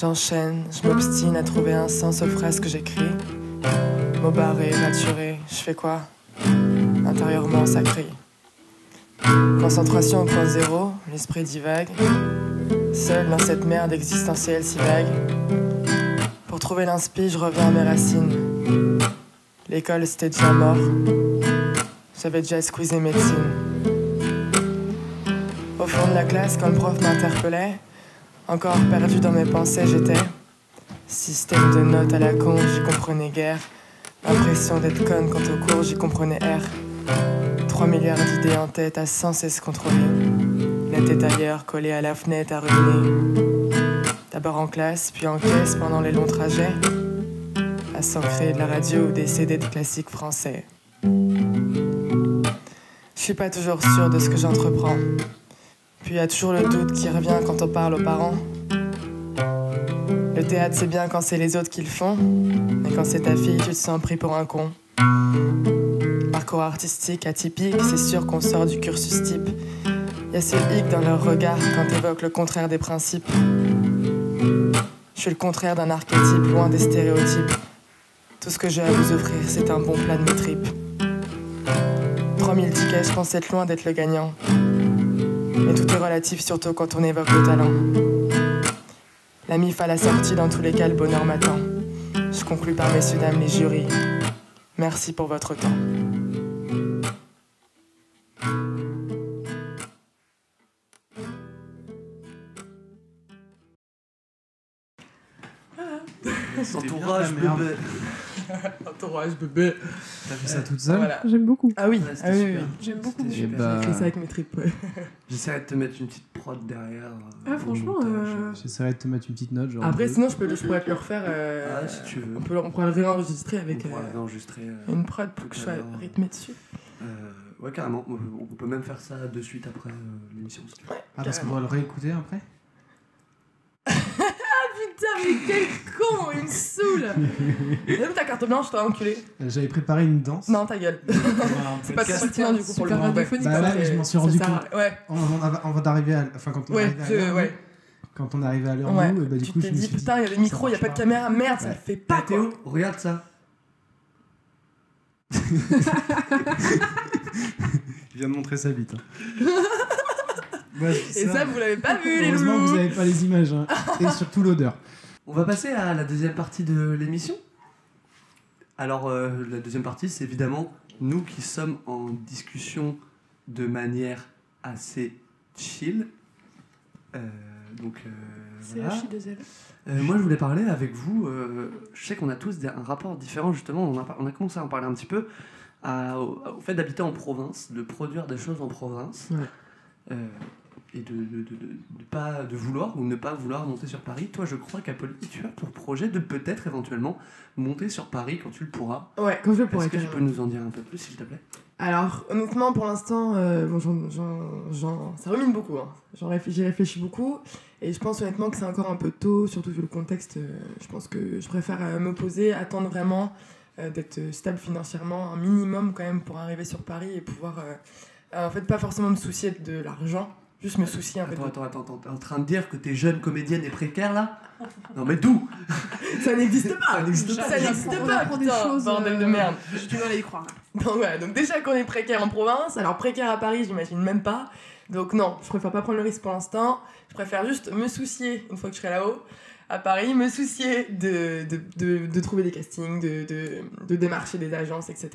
J'enchaîne, je m'obstine à trouver un sens aux phrases que j'écris. Mots barrés, raturés, je fais quoi Intérieurement, ça crie. Concentration au point zéro, l'esprit divague. Seul dans cette merde existentielle si vague. Pour trouver l'inspi, je reviens à mes racines. L'école, c'était déjà mort. J'avais déjà squeezé médecine. Au fond de la classe, quand le prof m'interpellait, encore perdu dans mes pensées, j'étais. Système de notes à la con, j'y comprenais guère. Impression d'être conne quant au cours, j'y comprenais R. 3 milliards d'idées en tête à sans cesse contrôler. La tête ailleurs, collée à la fenêtre, à ruminer. D'abord en classe, puis en caisse pendant les longs trajets. À s'ancrer de la radio ou des CD de classiques français. Je suis pas toujours sûre de ce que j'entreprends. Puis y a toujours le doute qui revient quand on parle aux parents. Le théâtre, c'est bien quand c'est les autres qui le font, mais quand c'est ta fille, tu te sens pris pour un con. Parcours artistique atypique, c'est sûr qu'on sort du cursus type. Y a ce hic dans leur regard quand t'évoques le contraire des principes. Je suis le contraire d'un archétype, loin des stéréotypes. Tout ce que j'ai à vous offrir, c'est un bon plat de mes tripes. 3000 tickets, je pense être loin d'être le gagnant. Mais tout est relatif, surtout quand on évoque le talent. La MIF à la sortie, dans tous les cas, le bonheur m'attend. Je conclus par messieurs, dames, les jurys. Merci pour votre temps.
Entourage,
bien la merde.
bébé.
Entourage bébé.
T'as fait
Euh,
ça toute seule
Voilà.
J'aime beaucoup.
Ah oui,
Ouais, c'était
ah oui,
super.
oui.
J'aime beaucoup.
C'était
Eh
super.
bah,
J'écris ça avec mes tripes. ouais.
J'essaierai de te mettre une petite prod derrière. euh,
Ah, franchement,
au montage.
euh,
J'essaierai de te mettre une petite note. Genre
Après,
deux.
sinon, je, peux, le- je pourrais te le refaire. euh,
Ah, si tu veux.
on, peut, on pourra le réenregistrer avec
on pourra
euh,
l'enregistrer. euh,
une prod pour que je sois
Alors,
rythmé dessus.
euh, ouais, carrément. On on peut même faire ça de suite après euh, l'émission. si tu veux.
Ah, parce qu'on va le réécouter après
Putain, mais quel con Il
<laughs>
me saoule Même ta carte blanche, t'as enculé.
Euh, J'avais préparé une danse.
Non, ta gueule. <laughs>
c'est
Pas pertinent du coup pour le
Super
moment. ouais.
radiophonique,
Bah
Ça,
ouais,
c'est-
mais je m'en suis
ça
rendu
sert à- Ouais,
On, on a- on va d'arriver à. Enfin, quand on
ouais,
arrive à.
je-
l'heure,
ouais.
Quand on arrive à l'heure,
ouais.
nous, et bah, du
tu
coup, je
t'es
me
dit,
suis dit.
putain, il y a des micros, il y a pas de
marche
caméra, merde, ça
Ouais. Bah,
le fait pas quoi.
Bah, Théo, regarde ça.
Il vient de montrer sa
<laughs>
bite. hein. Ouais, je dis
Et ça, vous l'avez pas vu, les
Bah, Heureusement, vous
loulous
avez pas les images.
<laughs>
hein. Et surtout l'odeur.
On va passer à la deuxième partie de l'émission. Alors, euh, la deuxième partie, c'est évidemment nous qui sommes en discussion de manière assez chill. Euh, donc, euh,
C'est
voilà.
H2L.
Euh, moi, je voulais parler avec vous. euh, je sais qu'on a tous des- un rapport différent, justement. On a, par- on a commencé à en parler un petit peu. à- au, au fait d'habiter en province, de produire des choses en province.
Ouais.
euh, et de, de, de- de- de pas, de vouloir ou ne pas vouloir monter sur Paris. Toi, je crois qu'Apolline, tu as pour projet de peut-être éventuellement monter sur Paris quand tu le pourras.
Ouais, quand je
Est-ce
pourrais.
que tu
carrément.
peux nous en dire un peu plus, s'il te plaît
Alors, honnêtement, pour l'instant, euh, bon, j'en- j'en- j'en- ça rumine beaucoup. hein. J'en réfl- J'y réfléchis beaucoup. Et je pense honnêtement que c'est encore un peu tôt, surtout vu le contexte. euh, je pense que je préfère euh, me poser, attendre vraiment euh, d'être stable financièrement, un minimum quand même, pour arriver sur Paris et pouvoir. euh, euh, en fait, pas forcément me soucier de l'argent, juste me soucier en fait.
Attends, attends, attends, attends. T'es en train de dire que t'es jeune comédienne et précaire là Non, mais d'où
Ça n'existe pas
Ça
<laughs>
n'existe
pas.
Ah, Ça n'existe
On
pas,
apprend des
putain,
choses,
Bordel de
euh,
merde
J'ai du mal à y croire.
<laughs> Donc voilà, donc déjà qu'on est précaire en province, alors précaire à Paris, j'imagine même pas. Donc non, je préfère pas prendre le risque pour l'instant. Je préfère juste me soucier, une fois que je serai là-haut, à Paris, me soucier de, de, de- de trouver des castings, de, de, de démarcher des agences, etc.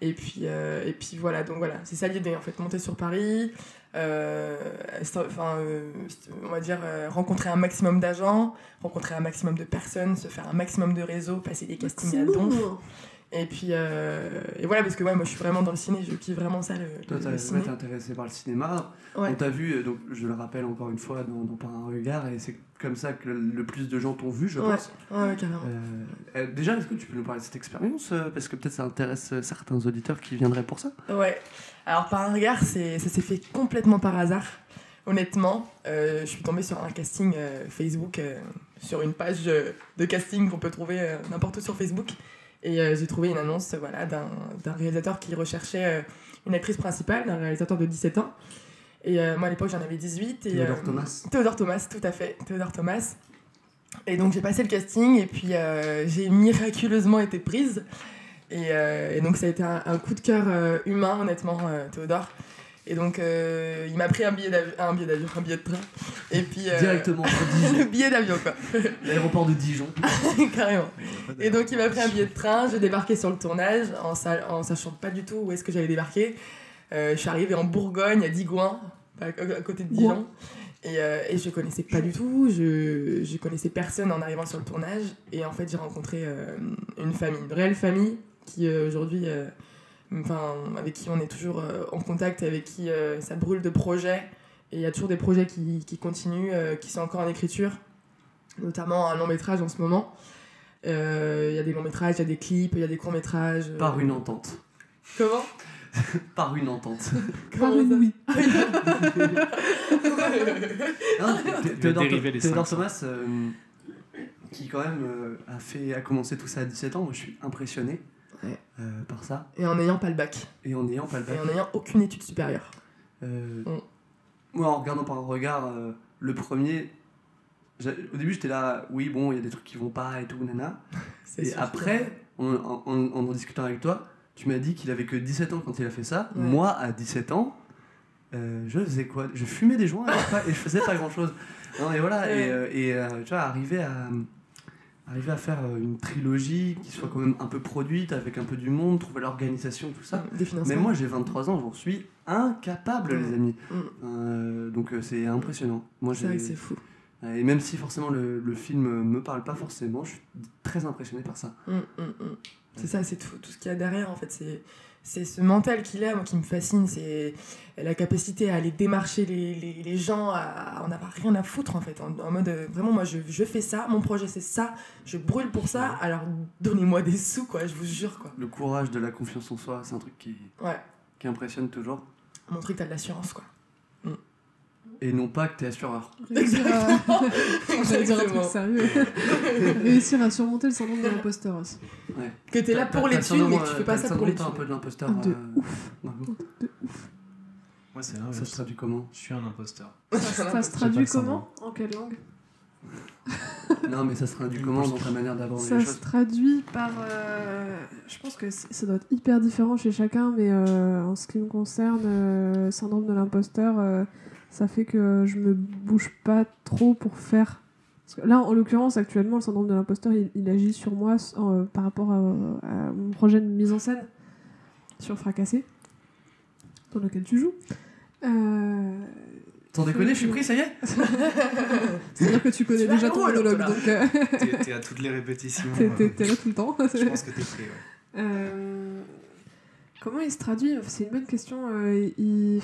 Et puis, euh, et puis voilà, donc voilà, c'est ça l'idée en fait, monter sur Paris, euh, c'est- enfin, euh, c'est- on va dire euh, rencontrer un maximum d'agents, rencontrer un maximum de personnes, se faire un maximum de réseaux, passer des castings à donf. <laughs> Et puis, euh, et voilà, parce que ouais, moi je suis vraiment dans le ciné, je kiffe vraiment ça, le,
Toi,
le
t'as- ouais,
ciné.
t'es intéressé par le cinéma.
Ouais.
On t'a vu, euh, donc je le rappelle encore une fois, dans, dans Par un regard, et c'est comme ça que le plus de gens t'ont vu, je
Ouais,
pense.
ouais, ouais, carrément.
Euh, euh, déjà, est-ce que tu peux nous parler de cette expérience euh, Parce que peut-être ça intéresse euh, certains auditeurs qui viendraient pour ça.
Ouais. Alors par un regard, c'est, ça s'est fait complètement par hasard. Honnêtement, euh, je suis tombée sur un casting euh, Facebook, euh, sur une page euh, de casting qu'on peut trouver euh, n'importe où sur Facebook. Et euh, j'ai trouvé une annonce euh, voilà, d'un, d'un réalisateur qui recherchait euh, une actrice principale, d'un réalisateur de 17 ans. Et euh, moi à l'époque j'en avais 18. Et,
Théodore
euh,
Thomas.
Théodore Thomas, tout à fait, Théodore Thomas. Et donc j'ai passé le casting et puis euh, j'ai miraculeusement été prise. Et, euh, et donc ça a été un, un coup de cœur euh, humain, honnêtement, euh, Théodore. Et donc, euh, il m'a pris un billet d'avion, un billet d'avion, un billet de train. Et puis. euh,
Directement entre
<laughs> Le
Dijon,
billet d'avion, quoi. <laughs>
l'aéroport de Dijon.
Carrément. <laughs> Et donc, il m'a pris un billet de train. J'ai débarqué sur le tournage en, sa- en sachant pas du tout où est-ce que j'allais débarquer. Euh, je suis arrivée en Bourgogne, à Digoin, à, à côté de Dijon.
Gouin.
Et, euh, et je connaissais pas du tout. Je, je connaissais personne en arrivant sur le tournage. Et en fait, j'ai rencontré euh, une famille, une réelle famille, qui euh, aujourd'hui. euh, Enfin, avec qui on est toujours euh, en contact, et avec qui euh, ça brûle de projets. Et il y a toujours des projets qui, qui continuent, euh, qui sont encore en écriture, notamment un long métrage en ce moment. Euh, Il y a des longs métrages, il y a des clips, il y a des courts métrages. euh,
Par une entente.
Comment
Par une
<laughs>
entente.
Par une oui.
Hein, Thé- Théodore
dérivé, les
Théodore
cinq
Thomas, euh, qui quand même euh, a, fait, a commencé tout ça à 17 ans, moi je suis impressionné
Ouais.
euh, par ça.
<laughs> Et en n'ayant pas le bac.
Et en n'ayant pas le bac.
Et en n'ayant aucune étude supérieure.
Euh,
Mm.
Moi, en regardant par un regard, euh, le premier, j'a- au début, j'étais là, oui, bon, il y a des trucs qui vont pas et tout, nana.
C'est
Et
sûr.
après, en, en- en- en discutant avec toi, tu m'as dit qu'il avait que 17 ans quand il a fait ça.
Ouais.
Moi, à 17 ans, euh, je faisais quoi Je fumais des joints et, pas- et je faisais pas grand chose. Non, et voilà,
Ouais.
et, euh, et, euh, tu vois, arriver à. Arriver à faire euh, une trilogie qui soit quand même un peu produite, avec un peu du monde, trouver l'organisation, tout ça.
Des financements.
Mais moi j'ai 23 ans, j'en suis incapable les amis.
Mm.
Euh, donc euh, c'est impressionnant. Moi,
C'est vrai que
j'ai-
c'est fou.
Et même si forcément le, le film euh, me parle pas forcément, je suis très impressionné par ça.
Mm, mm, mm. C'est ça, c'est tout, tout ce qu'il y a derrière en fait. C'est, c'est ce mental qu'il a, moi, qui me fascine. C'est la capacité à aller démarcher les, les, les gens, à, à en avoir rien à foutre en fait. En, en mode euh, vraiment, moi je, je fais ça, mon projet c'est ça, je brûle pour ça, alors donnez-moi des sous quoi, je vous jure quoi.
Le courage de la confiance en soi, c'est un truc qui,
Ouais,
qui impressionne toujours.
montrer que t'as de
<laughs>
l'assurance quoi.
Et non pas que t'es assureur.
Réussir à- J'allais dire un
Exactement.
truc sérieux. Réussir à surmonter le syndrome de l'imposteur aussi.
<laughs> Que t'es là
T'as- t'as-
pour les
t'as le
thunes, mais
syndrome,
que tu
euh,
fais pas
t'as le
ça pour les
syndrome un peu
thunes.
de l'imposteur.
De
euh,
ouf.
<laughs> ouais.
De ouf.
Moi, c'est
Ça se
l'inverse.
traduit comment
Je suis un
<laughs>
imposteur.
Ça se
J'ai pas le
traduit
syndrome.
comment En quelle langue
Non mais ça se traduit comment dans ta manière d'aborder
Ça
les
se
choses
traduit par. euh, je pense que c- ça doit être hyper différent chez chacun, mais euh, en ce qui me concerne, euh, syndrome de l'imposteur, euh, ça fait que je me bouge pas trop pour faire. Parce que là, en l'occurrence, actuellement, le syndrome de l'imposteur, il, il agit sur moi s- en, euh, par rapport à, à mon projet de mise en scène sur Fracassé, dans lequel tu joues. Euh,
T'en déconner, je suis pris, ça y est
C'est-à-dire que tu connais
Tu vas
déjà
le
ton
rôle,
monologue,
toi, là.
donc euh, <laughs>
T'es t'es à toutes les répétitions.
t'es- t'es
euh,
t'es là tout le temps.
Je pense que t'es prêt,
<laughs>
ouais.
Euh, comment il se traduit C'est une bonne question. euh, il-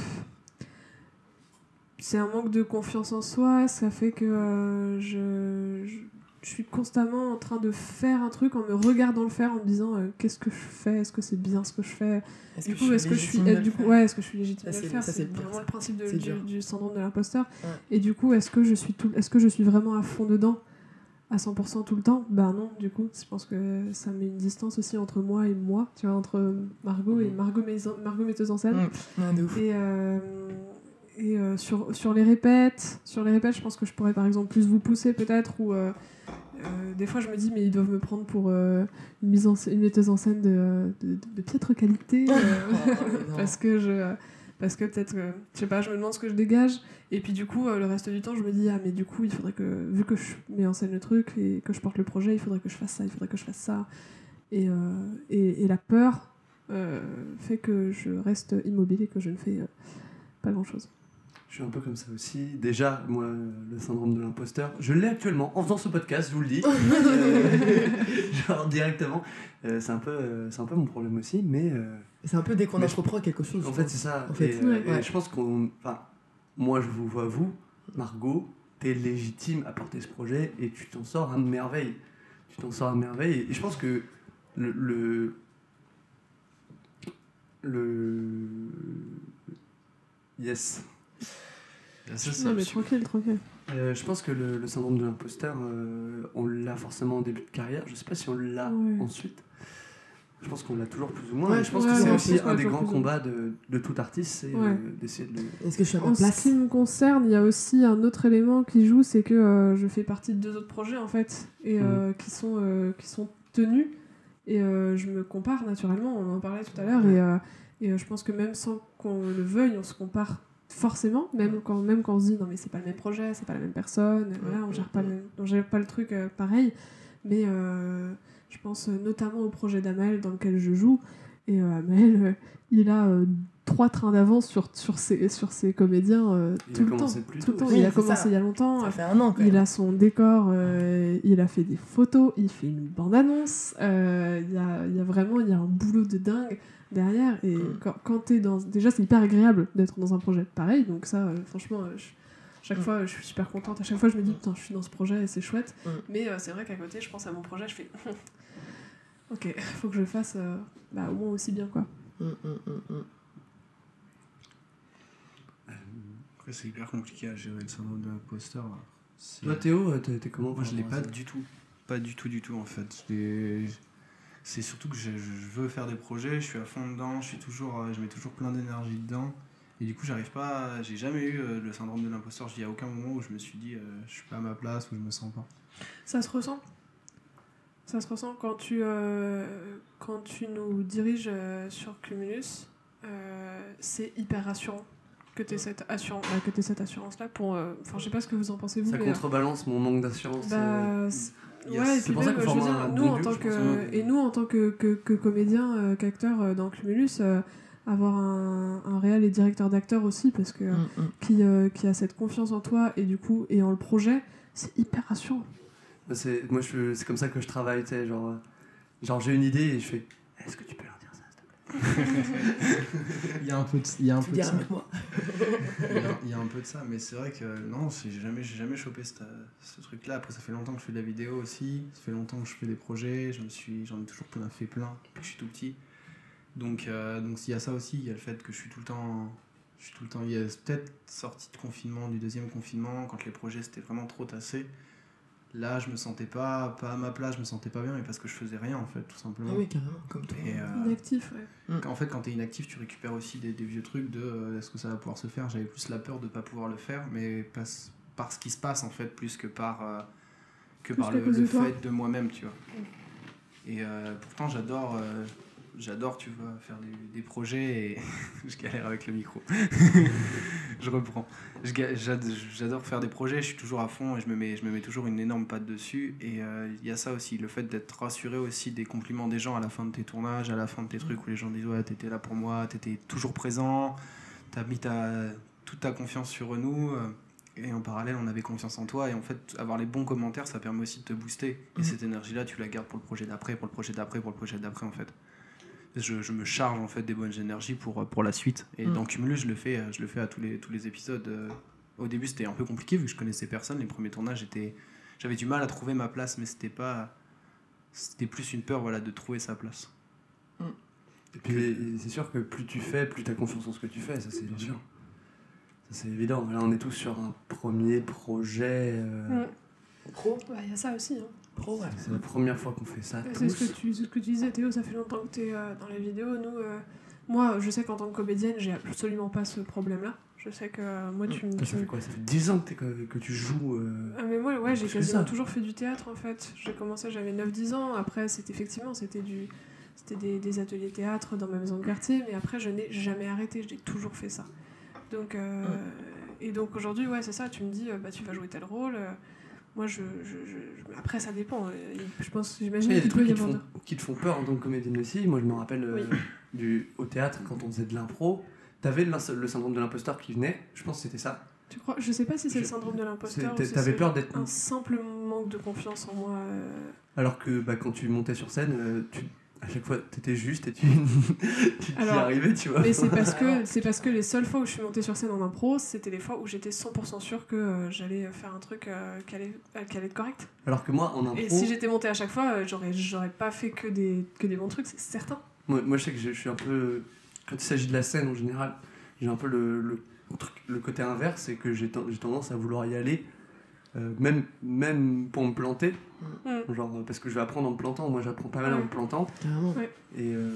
C'est un manque de confiance en soi. Ça fait que euh, je... je- je suis constamment en train de faire un truc en me regardant le faire, en me disant euh, qu'est-ce que je fais, est-ce que c'est bien ce que je fais.
Est-ce
Du
que
coup, est-ce que je suis,
légitime de le
du
faire
coup, ouais, est-ce que je suis légitime
Ça,
de le
c'est-
faire
ça,
C'est
c'est pire,
vraiment
ça.
le principe de-
C'est
du,
dur.
du syndrome de l'imposteur.
Ouais.
Et du coup, est-ce que je suis tout, est-ce que je suis vraiment à fond dedans, à 100% tout le temps Bah non, du coup, je pense que ça met une distance aussi entre moi et moi, tu vois, entre Margot et
Mhm.
Margot, mes- Margot metteuse en scène.
Mm. Non, de
Oh,
ouf.
Et, euh, et euh, sur, sur les répètes, sur les répètes, je pense que je pourrais par exemple plus vous pousser peut-être ou euh, euh, des fois je me dis mais ils doivent me prendre pour euh, une mise en sc- une metteuse en scène de, euh, de, de- de piètre qualité euh,
<laughs> Oh. mais non.
parce que je parce que peut-être que, je sais pas je me demande ce que je dégage et puis du coup euh, le reste du temps je me dis ah mais du coup il faudrait que vu que je mets en scène le truc et que je porte le projet il faudrait que je fasse ça il faudrait que je fasse ça et, euh, et, et la peur euh, fait que je reste immobile et que je ne fais euh, pas grand chose.
Je suis un peu comme ça aussi. Déjà, moi, euh, le syndrome de l'imposteur, je l'ai actuellement en faisant ce podcast, je vous le
<laughs>
dis. <laughs> Euh, <laughs> genre directement. Euh, c'est un, peu, euh, c'est un peu mon problème aussi, mais euh,
C'est un peu dès qu'on
Mais-
entreprend quelque chose.
en fait, c'est ça.
En fait,
et, euh,
ouais.
et
Ouais.
je pense qu'on. Enfin, moi, je vous vois, vous, Margot, t'es légitime à porter ce projet et tu t'en sors à merveille. Tu t'en sors à merveille. Et je pense que le. le le... Yes.
Là, ça, ça,
Non mais
je suis-
tranquille, tranquille.
Euh, je pense que le, le syndrome de l'imposteur, euh, on l'a forcément en début de carrière. Je sais pas si on l'a
Ouais.
ensuite. Je pense qu'on l'a toujours plus ou moins.
Ouais,
et je pense
ouais,
que
ouais,
c'est
je
aussi
pense qu'on
un
l'a
des
toujours
grands
plus ou moins.
combats de, de tout artiste, c'est
Ouais.
euh, d'essayer de le.
Est-ce que je suis à
En
ma
ce
place
qui me concerne, il y a aussi un autre élément qui joue, c'est que euh, je fais partie de deux autres projets en fait, et euh, qui, sont, euh, qui sont tenus, et euh, je me compare naturellement, on en parlait tout à l'heure, et, euh, et, euh, je pense que même sans qu'on qu'on le veuille, on se compare forcément, même quand, même quand on se dit non mais c'est pas le même projet, c'est pas la même personne, euh, voilà, on gère pas le, on gère pas le truc euh, pareil. Mais euh, je pense euh, notamment au projet d'Amel dans lequel je joue. Et euh, Amel, euh, il a euh, trois trains d'avance sur, sur, ses, sur ses comédiens euh,
Il a
tout, le temps,
commencé plus
tout le
tôt
temps.
aussi.
Il a
Oui, c'est
commencé
ça.
il y a longtemps. euh,
Ça fait un an quand
Il
même.
a son décor, euh, il a fait des photos, il fait une bande-annonce. euh, Il y, a, il y a vraiment il y a un boulot de dingue derrière. Et
Mm.
quand, quand t'es dans. Déjà, c'est hyper agréable d'être dans un projet pareil. Donc, ça, euh, franchement, euh, je- chaque
Mm.
fois, euh, je suis super contente. À chaque fois, je me dis, putain, je suis dans ce projet et c'est chouette.
Mm.
Mais euh, c'est vrai qu'à côté, je pense à mon projet, je fais. <laughs> ok, faut que je le fasse euh, bah, au moins aussi bien, quoi.
Mm, mm, mm, mm.
Après, c'est hyper compliqué à gérer le syndrome de l'imposteur. là. C'est-
Toi, Théo, euh, t'es t'es comment
Moi, je l'ai
par
pas
rapport à ça
du tout. Pas du tout, du tout, en fait. Je l'ai- C'est surtout que je, je veux faire des projets, je suis à fond dedans, je, suis toujours, euh, je mets toujours plein d'énergie dedans. Et du coup, j'arrive pas. à- J'ai jamais eu euh, le syndrome de l'imposteur. Je dis à aucun moment où je me suis dit euh, je suis pas à ma place ou je me sens pas.
Ça se ressent. Ça se ressent quand tu, euh, quand tu nous diriges euh, sur Cumulus. euh, c'est hyper rassurant que tu aies cette, assurance, bah, que t'aies cette assurance-là. pour. euh, Enfin, je sais pas ce que vous en pensez, vous.
Ça
mais, euh,
contrebalance mon manque d'assurance. euh,
bah, c'est-
il y a-
ouais, et
c'est
puis
pour ça
même,
qu'on
je
forme
veux dire,
un
nous,
bon
en
duo,
tant
je pense,
que,
hein.
et nous, en tant que, que, que comédien, euh, qu'acteur euh, dans Cumulus, euh, avoir un, un réel et directeur d'acteur aussi, parce que
Mm, mm.
qui, euh, qui a cette confiance en toi et du coup, et en le projet, c'est hyper rassurant.
C'est moi je c'est comme ça que je travaille, tu sais, genre euh, genre j'ai une idée et je fais est-ce que tu peux leur dire ça s'il te plaît
Il y a un peu de, il y a un
Tu
peu de
viens
ça.
avec moi.
Il y
<laughs>
a- Il y a un peu de ça, mais c'est vrai que non, c'est- j'ai jamais, j'ai jamais chopé cette, euh, ce truc-là. Après, ça fait longtemps que je fais de la vidéo aussi, ça fait longtemps que je fais des projets, je me suis, j'en ai toujours plein, fait plein depuis que je suis tout petit. Donc, euh, donc il y a ça aussi, il y a le fait que je suis tout le temps, je suis tout le temps. Il y a peut-être sortie de confinement, du deuxième confinement, quand les projets c'était vraiment trop tassé. Là, je me sentais pas, pas à ma place, je me sentais pas bien, mais parce que je faisais rien en fait, tout
Ah
simplement.
oui, Ah carrément, comme toi.
Et, euh,
Inactif, ouais.
en fait, quand t'es inactif, tu récupères aussi des, des vieux trucs de euh, est-ce que ça va pouvoir se faire J'avais plus la peur de pas pouvoir le faire, mais pas- par ce qui se passe en fait, plus que par, euh, que
Plus
par
qu'à
le,
cause
le
de toi.
fait de moi-même, tu vois. Et euh, pourtant, j'adore, euh, j'adore, tu vois, faire des, des projets et <laughs> je galère avec le micro. <laughs> je reprends. Je ga- j'ad- J'adore faire des projets, je suis toujours à fond et je me mets, je me mets toujours une énorme patte dessus. Et euh, il y a ça aussi, le fait d'être rassuré aussi des compliments des gens à la fin de tes tournages, à la fin de tes trucs où les gens disent Ouais, t'étais là pour moi, t'étais toujours présent, t'as mis ta, toute ta confiance sur nous. euh, Et en parallèle, on avait confiance en toi. Et en fait, avoir les bons commentaires, ça permet aussi de te booster. Et
Mhm.
cette énergie-là, tu la gardes pour le projet d'après, pour le projet d'après, pour le projet d'après, en fait. Je, je me charge en fait des bonnes énergies pour, euh, pour la suite. Et
Mhm.
dans Cumulus, je le fais, euh, je le fais à tous les, tous les épisodes. euh, Au début, c'était un peu compliqué vu que je connaissais personne. Les premiers tournages, j'étais- j'avais du mal à trouver ma place, mais c'était pas. C'était plus une peur voilà, de trouver sa place.
Et puis c'est sûr que plus tu fais, plus t'as confiance en ce que tu fais, ça c'est évident. Ça c'est évident. Là on est tous sur un premier projet. euh,
Mm.
Pro,
Il y a ça aussi. hein.
pro, ouais.
C'est la première fois qu'on fait ça
C'est ce
tous.
que, tu, ce que tu disais, Théo, ça fait longtemps que tu es dans les vidéos. Nous, euh, moi, je sais qu'en tant que comédienne, j'ai absolument pas ce problème-là. Je sais que euh, moi, tu
Toi,
me. tu
bah, ça
me-
fait quoi Ça fait 10 ans que, t'es co- que tu joues. euh,
Ah, mais moi, ouais, j'ai
Plus que
quasiment
ça.
toujours fait du théâtre en fait. J'ai commencé, j'avais 9-10 ans. Après, c'était effectivement, c'était du. C'était des, des ateliers théâtre dans ma maison de quartier, mais après, je n'ai jamais arrêté, j'ai toujours fait ça. Donc, euh, Et donc aujourd'hui, ouais, c'est ça, tu me dis, euh, bah, tu vas jouer tel rôle. euh, moi, je, je, je- je- Après, ça dépend. euh, Je pense,
Tu
j'imagine
sais, il y a des
qu'il peut
trucs
y
qui te,
avoir.
font, qui te font peur en tant que comédienne aussi. Moi, je me rappelle euh,
Oui.
du, au théâtre, quand on faisait de l'impro, t'avais le, le syndrome de l'imposteur qui venait. Je pense que c'était ça.
Tu crois Je sais pas si c'est le
Je-
syndrome de l'imposteur.
C'est-
ou si
T'avais
c'est
peur d'être.
Un simple manque de confiance en moi. euh,
Alors que bah, quand tu montais sur scène, euh, tu, à chaque fois, t'étais juste et tu, <laughs> tu t'y
Alors,
arrivais, tu vois.
Mais c'est
<laughs>
parce que c'est parce que les seules fois où je suis montée sur scène en impro, c'était les fois où j'étais 100% sûre que euh, j'allais faire un truc euh, qui, allait, euh, qui allait être correct.
Alors que moi, en impro,
Et si j'étais montée à chaque fois, euh, j'aurais j'aurais pas fait que des que des bons trucs, c'est certain.
moi, moi, je sais que je, je suis un peu. Quand il s'agit de la scène en général, j'ai un peu le, le, truc- le côté inverse, c'est que j'ai ten- j'ai tendance à vouloir y aller, euh, même, même pour me planter.
Mm.
Genre, euh, parce que je vais apprendre en me plantant. Moi, j'apprends pas mal en me plantant.
Carrément.
Et, euh,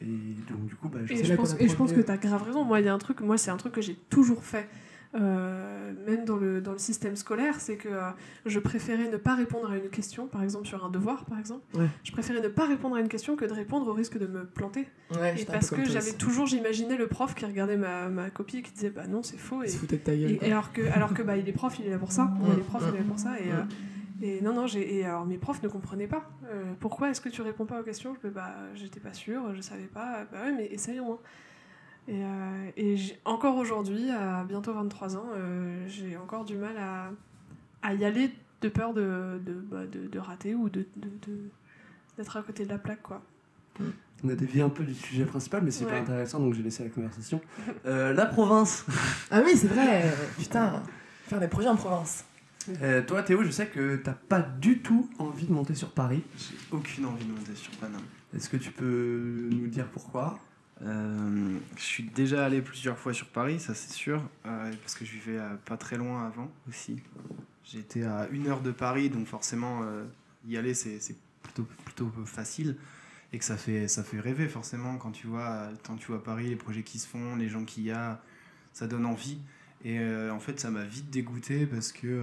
et donc, du coup, bah, je
Et
C'est
je
là
pense
qu'on
et je pense
apprend
que
mieux.
t'as grave raison. Moi, il y a un truc, moi c'est un truc que j'ai toujours fait. euh, même dans le, dans le système scolaire, c'est que euh, je préférais ne pas répondre à une question, par exemple sur un devoir, par exemple.
Ouais.
Je préférais ne pas répondre à une question que de répondre au risque de me planter.
Ouais,
Et
j'étais un
parce
peu
que
comme toi
j'avais
aussi.
toujours, j'imaginais le prof qui regardait ma, ma copie et qui disait bah non, c'est faux.
Il
Et,
se foutait de ta gueule.
et-
quoi.
et alors que, alors que bah, il est prof, il est là pour ça.
Ouais.
Il est prof, il est là pour ça. Et,
Ouais.
euh, et non, non, j'ai, et alors mes profs ne comprenaient pas. Euh, pourquoi est-ce que tu réponds pas aux questions Je fais, bah, j'étais pas sûre, je savais pas. Bah ouais, mais essaye au moins. Et, euh, et j'ai- encore aujourd'hui, à bientôt 23 ans, euh, j'ai encore du mal à, à y aller de peur de, de, bah, de, de rater ou de, de- de- d'être à côté de la plaque, quoi.
On a dévié un peu du sujet principal, mais c'est
Ouais.
pas intéressant, donc j'ai laissé la
<laughs>
conversation. Euh, la province.
Ah oui, c'est vrai. <laughs> Putain, faire des projets en province.
Euh, toi, Théo, je sais que t'as pas du tout envie de monter sur Paris.
J'ai aucune envie de monter sur Paname.
Est-ce que tu peux nous dire pourquoi
Euh, je suis déjà allé plusieurs fois sur Paris, ça c'est sûr, euh, parce que je vivais euh, pas très loin avant aussi. J'étais à une heure de Paris, donc forcément euh, y aller c'est c'est plutôt, plutôt facile et que ça fait, ça fait rêver forcément quand tu, vois, euh, quand tu vois Paris, les projets qui se font, les gens qu'il y a, ça donne envie. Et euh, en fait ça m'a vite dégoûté parce que, euh,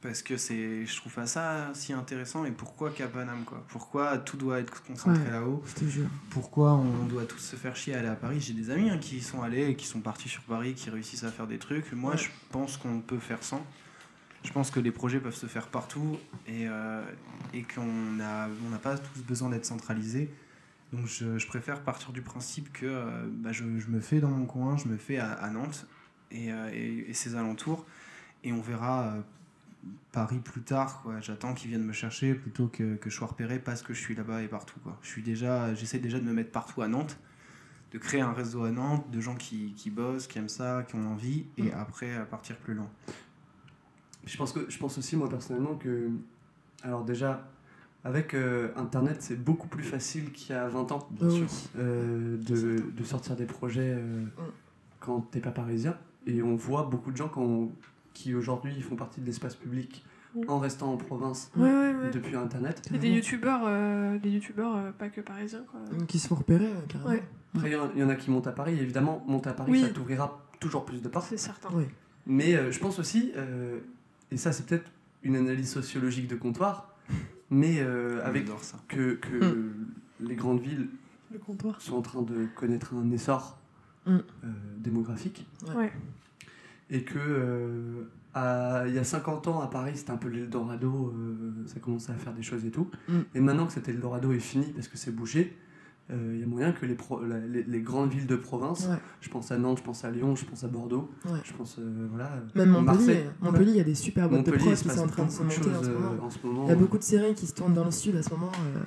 parce que c'est- je trouve pas ça si intéressant et pourquoi qu'à Paname quoi Pourquoi tout doit être concentré
Ouais.
là-haut
Je te jure.
pourquoi on doit tous se faire chier à aller à Paris. J'ai des amis hein, qui y sont allés, et qui sont partis sur Paris, qui réussissent à faire des trucs. Moi,
Ouais.
je pense qu'on peut faire sans. Je pense que les projets peuvent se faire partout et, euh, et qu'on a- on n'a pas tous besoin d'être centralisés. Donc je, je préfère partir du principe que euh, bah, je, je me fais dans mon coin, je me fais à, à Nantes et, euh, et- et ses alentours. Et on verra euh, Paris plus tard. quoi. J'attends qu'ils viennent me chercher plutôt que, que je sois repéré parce que je suis là-bas et partout. quoi. Je suis déjà, J'essaie déjà de me mettre partout à Nantes, de créer un réseau à Nantes, de gens qui, qui bossent, qui aiment ça, qui ont envie, et
Mm.
après à partir plus loin.
Je pense que je pense aussi moi personnellement que alors déjà avec euh, internet c'est beaucoup plus facile qu'il y a 20 ans
Oh oui.
euh, de, de sortir des projets euh,
Mm.
quand t'es pas parisien et on voit beaucoup de gens quand- qui aujourd'hui font partie de l'espace public
Mm.
en restant en province
Ouais, ouais, ouais.
depuis internet.
Et des youtubeurs, euh, des youtubeurs euh, pas que parisiens, quoi.
Qui se font repérer, euh, carrément.
Ouais.
Après il y en- il y, en a qui montent à Paris évidemment monter à Paris
Oui.
ça t'ouvrira toujours plus de portes
C'est certain.
Ah Ouais.
Mais euh, je pense aussi, euh, et ça c'est peut-être une analyse sociologique de comptoir, mais euh, avec
J'adore ça.
que, que
Mm.
les grandes villes
Le comptoir.
sont en train de connaître un essor
Mm.
euh, démographique,
Ouais.
Ouais.
et que euh, à- il y a 50 ans à Paris c'était un peu l'Eldorado, euh, ça commençait à faire des choses et tout,
Mm.
et maintenant que cet Eldorado est fini parce que c'est bouché, euh, il y a moyen que les, pro- la- les, les grandes villes de province,
Ouais.
je pense à Nantes, je pense à Lyon, je pense à Bordeaux,
Ouais.
je pense euh, voilà,
Même Montpellier.
Marseille.
Montpellier, il y a des super boîtes de
Montpellier,
prod
il se
qui sont
passe
en train de se
beaucoup de
monter en
choses
ce
euh,
moment.
en ce moment.
Il y a beaucoup de séries qui se tournent dans le sud à ce moment. euh.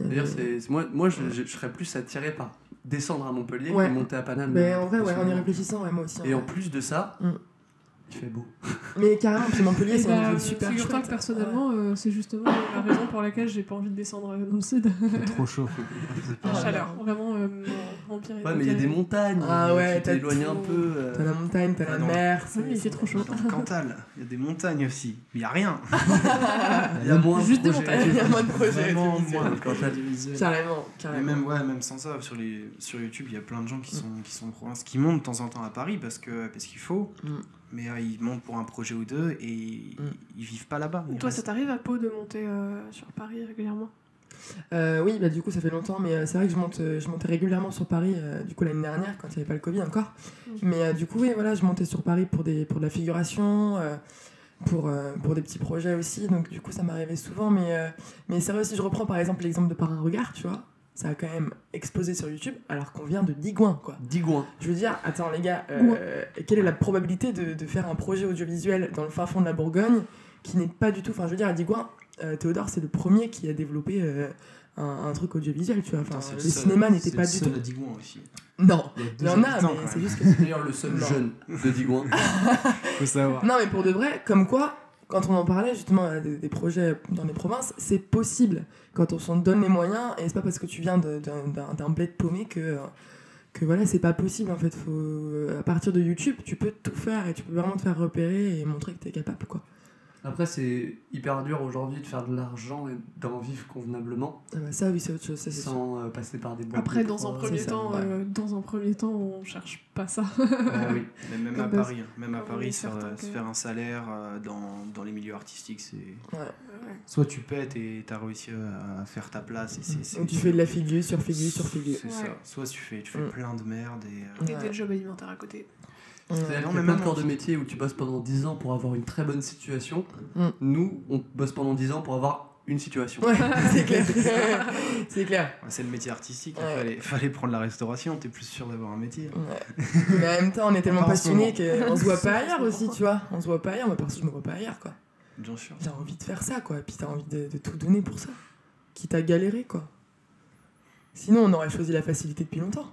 Euh,
D'ailleurs, c'est c'est- moi, moi je, je- je serais plus attiré par descendre à Montpellier
Ouais.
et monter à Paname.
Mais en vrai,
En
ouais,
ce
en y
moment.
réfléchissant, ouais, moi aussi. hein, en
Et en
vrai.
plus de ça,
Mm.
il fait
<laughs>
beau.
Mais carrément, puis Montpellier,
Et
c'est
bah,
un endroit super
figure-toi
chouette.
que personnellement, euh, c'est justement la raison pour laquelle j'ai pas envie de descendre euh, dans le sud.
Ah,
C'est trop chaud.
La
Ah,
chaleur,
ouais.
vraiment euh, mon, mon pire
Ouais, mais il y a des montagnes.
Ah
euh,
ouais,
tu
t'as
t'éloignes un
tout.
peu. euh,
T'as la montagne, t'as
Ah
la
non.
mer.
Oui, il fait trop chaud. <laughs>
Dans le Cantal, il y a des montagnes aussi. Mais il n'y a rien.
Il y a moins
Juste des
de projets.
Il y a moins de projets.
Vraiment
c'est
moins.
le Cantal.
Carrément,
Mais
carrément.
même, ouais, même sans ça, sur, les, sur YouTube, il y a plein de gens qui sont, qui sont en province, qui montent de temps en temps à Paris parce que parce qu'il faut,
Mm.
mais euh, ils montent pour un projet ou deux et
Mm.
ils vivent pas là-bas. Ils
Toi, ça
restent.
t'arrive à Pau de monter euh, sur Paris régulièrement
Euh, oui, bah du coup ça fait longtemps, mais euh, c'est vrai que je monte, euh, je montais régulièrement sur Paris, euh, du coup l'année dernière quand il n'y avait pas le Covid encore.
Mm.
Mais euh, du coup oui, voilà, je montais sur Paris pour des, pour de la figuration, euh, pour, euh, pour des petits projets aussi. Donc du coup ça m'arrivait souvent, mais euh, mais c'est vrai si je reprends par exemple l'exemple de Par un regard, tu vois, ça a quand même explosé sur YouTube alors qu'on vient de Digoin quoi.
Digoin.
Je veux dire, attends les gars, euh, quelle est la probabilité de, de faire un projet audiovisuel dans le fin fond de la Bourgogne qui n'est pas du tout. Enfin, je veux dire, à Digoin, euh, Théodore, c'est le premier qui a développé euh, un, un truc audiovisuel, tu vois. Enfin,
Putain, c'est
le
seul-
cinéma n'était
c'est
pas
le
du
seul
tout.
à Digoin aussi.
Non,
Il y a
il
deux
y en a,
habitants,
mais
quand
c'est
même.
juste que.
D'ailleurs, le seul
Non.
jeune de
<laughs>
Digoin.
Faut savoir.
Non, mais pour de vrai, comme quoi, quand on en parlait justement euh, des, des projets dans les provinces, c'est possible quand on s'en donne les moyens et c'est pas parce que tu viens de- d'un- d'un d'un bled paumé que. euh, Que voilà, c'est pas possible en fait. Faut, euh, à partir de YouTube, tu peux tout faire et tu peux vraiment te faire repérer et montrer que t'es capable quoi.
Ah Après, c'est hyper dur aujourd'hui de faire de l'argent et d'en vivre convenablement
Ah bah ça, oui, c'est autre chose, ça, c'est sûr.
sans euh, passer par des boîtes.
Après,
de
dans un
prod,
premier
ça,
temps,
ouais.
euh, dans un premier temps, on cherche pas ça.
Ah oui.
Mais même à
Comme
Paris, hein. même à
comme
Paris, se faire,
certains
euh, se
que-
faire un salaire euh, dans, dans les milieux artistiques, c'est.
Ouais.
<laughs>
Soit tu pètes et t'as réussi à faire ta place et c'est. c'est-
Mm. Donc, tu fais de la figure sur figure sur figure.
C'est
Ouais.
ça. Soit tu fais, tu fais
Mm.
plein de merde et. euh,
Et
Ouais.
des jobs alimentaires à côté.
C'est-à-dire qu'il
Non,
y a
mais
plein de
même
corps
en-
de métier où tu bosses pendant 10 ans pour avoir une très bonne situation.
Mm.
Nous, on bosse pendant 10 ans pour avoir une situation.
Ouais, <laughs> c'est clair. c'est clair.
ouais, C'est le métier artistique, il
Ouais.
fallait, fallait prendre la restauration, t'es plus sûr d'avoir un métier.
Ouais. Mais en même temps, on est tellement
Pas en ce moment.
passionnés qu'on se voit
<laughs>
pas ailleurs aussi,
Pourquoi
tu vois. On se voit pas ailleurs. Moi, perso, je me vois pas ailleurs, quoi.
Bien sûr.
T'as envie de faire ça, quoi. Puis t'as envie de, de tout donner pour ça. Quitte à galérer, quoi. Sinon, on aurait choisi la facilité depuis longtemps.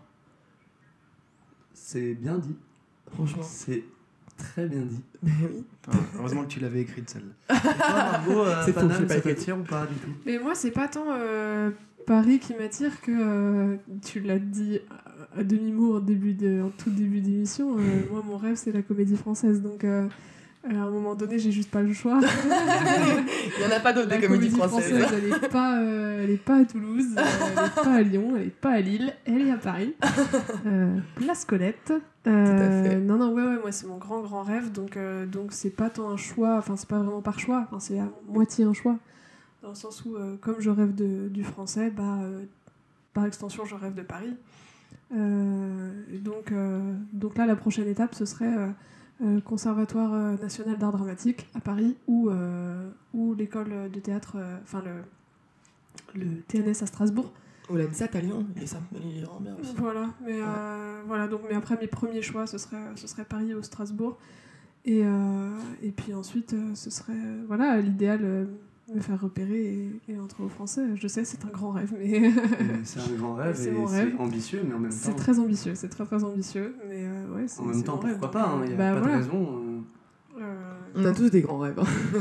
C'est bien dit.
<laughs> Franchement.
C'est très bien dit.
Mais Ben oui.
Enfin, heureusement que tu l'avais écrite celle-là.
Et toi, Margot, euh,
C'est faux,
Paname,
j'ai pas
ça
écrit.
t'attire ou pas du tout
Mais moi, c'est pas tant euh, Paris qui m'attire que euh, tu l'as dit à- à demi-mot en, début de- en tout début d'émission. euh, moi, mon rêve, c'est la comédie française. Donc, euh, à un moment donné, j'ai juste pas le choix.
Il y en a pas d'autres
la
des comédies françaises.
elle, est pas, euh, elle est pas à Toulouse, euh, elle est pas à Lyon, elle est pas à Lille, elle est à Paris. Euh, place Colette. Euh,
Tout à fait.
Non, non, ouais, ouais, moi c'est mon grand, grand rêve, donc euh, donc c'est pas tant un choix, enfin c'est pas vraiment par choix, enfin, c'est à moitié un choix, dans le sens où euh, comme je rêve de- du français, bah euh, par extension je rêve de Paris. Euh, et donc, euh, donc là la prochaine étape ce serait euh, euh, Conservatoire euh, national d'art dramatique à Paris ou, euh, ou l'école de théâtre, euh, enfin le, le TNS à Strasbourg.
Ou l'ANSAT à Lyon. Il est sympa, il est vraiment bien aussi.
Voilà, mais, euh, voilà donc, mais après mes premiers choix ce serait, ce serait Paris ou Strasbourg. Et, euh, et puis ensuite euh, ce serait euh, voilà l'idéal euh, me faire repérer et, et entrer au français. Je sais, c'est un grand rêve, mais
Mais C'est un grand rêve
C'est
et
mon
c'est
rêve.
ambitieux, mais en même
<laughs> c'est
temps,
très ambitieux, c'est très très ambitieux. Mais euh, ouais, c'est
en même
c'est
temps
mon rêve,
pourquoi
donc,
pas hein, Il n'y a
bah,
pas
voilà.
de raison. euh.
Euh,
On a tous des grands rêves. hein.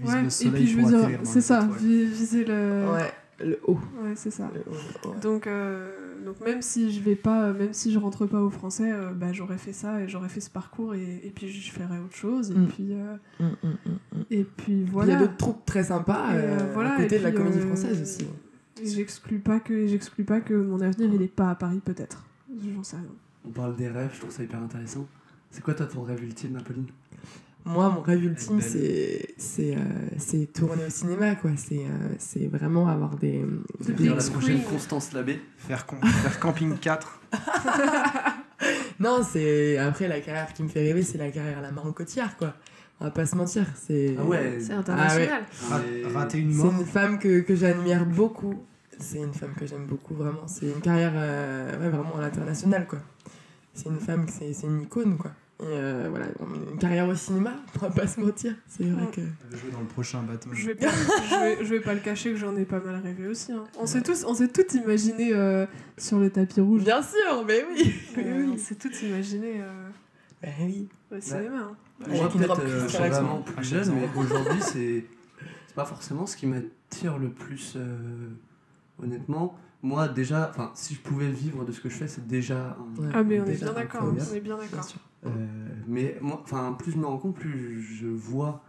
Vise
ouais,
le
et
soleil
puis je veux
pour
dire,
atterrir dans
c'est
les
ça,
étoiles.
vi- viser le.
Ouais. Le haut.
Ouais, c'est ça.
Le haut, ouais.
Donc, euh, donc même si je vais pas, euh, même si je rentre pas au français, euh, bah, j'aurais fait ça et j'aurais fait ce parcours et, et puis je ferais autre chose et
Mm.
puis euh,
Mm, mm, mm, mm.
et puis
Puis Il y
voilà.
a d'autres troupes très sympas
Et,
euh,
euh, voilà,
à côté
et
de la
puis,
comédie
euh,
française aussi. hein.
et j'exclus pas que, et j'exclus pas que mon avenir il est pas à Paris peut-être. J'en sais rien.
On parle des rêves, je trouve ça hyper intéressant. C'est quoi toi ton rêve ultime, Apolline
Moi, mon rêve ultime,
Belle.
c'est c'est, euh, c'est tourner au cinéma, quoi. C'est euh, c'est vraiment avoir des.
C'est
Dire la
Big
prochaine
screen.
Constance Labbé.
Faire, com- faire camping 4.
Non, c'est après la carrière qui me fait rêver, c'est la carrière à la marocotière, quoi. On va pas se mentir, c'est.
Ah ouais
C'est international.
international.
Ra-
mais-
rater une
C'est
mort.
une femme que, que j'admire beaucoup. C'est une femme que j'aime beaucoup, vraiment. C'est une carrière euh, ouais, vraiment à l'international, quoi. C'est une femme, c'est c'est une icône, quoi. Et euh, voilà, une carrière au cinéma, <laughs> on va pas se mentir. C'est vrai que.
Elle va jouer dans le prochain Batman.
Je vais, pas, je, vais, je vais pas le cacher que j'en ai pas mal rêvé aussi. hein. On s'est tous, on s'est tout imaginé euh, sur le tapis rouge.
Bien sûr, mais oui
Euh,
<laughs> Mais
On
oui
s'est tout imaginé euh,
Ben oui
au cinéma. hein.
Moi,
Avec une
peut-être,
robe
euh,
plus
je suis
relaxante.
vraiment plus
Achète-en.
jeune, mais aujourd'hui, <laughs> c'est c'est pas forcément ce qui m'attire le plus, euh, honnêtement. Moi, déjà, enfin, si je pouvais vivre de ce que je fais, c'est déjà. un-
Ouais.
Ah mais on est
Déjà,
bien d'accord,
incroyable.
on est bien
Bien
d'accord.
sûr.
Euh, mais moi, enfin, plus je me rends compte, plus je vois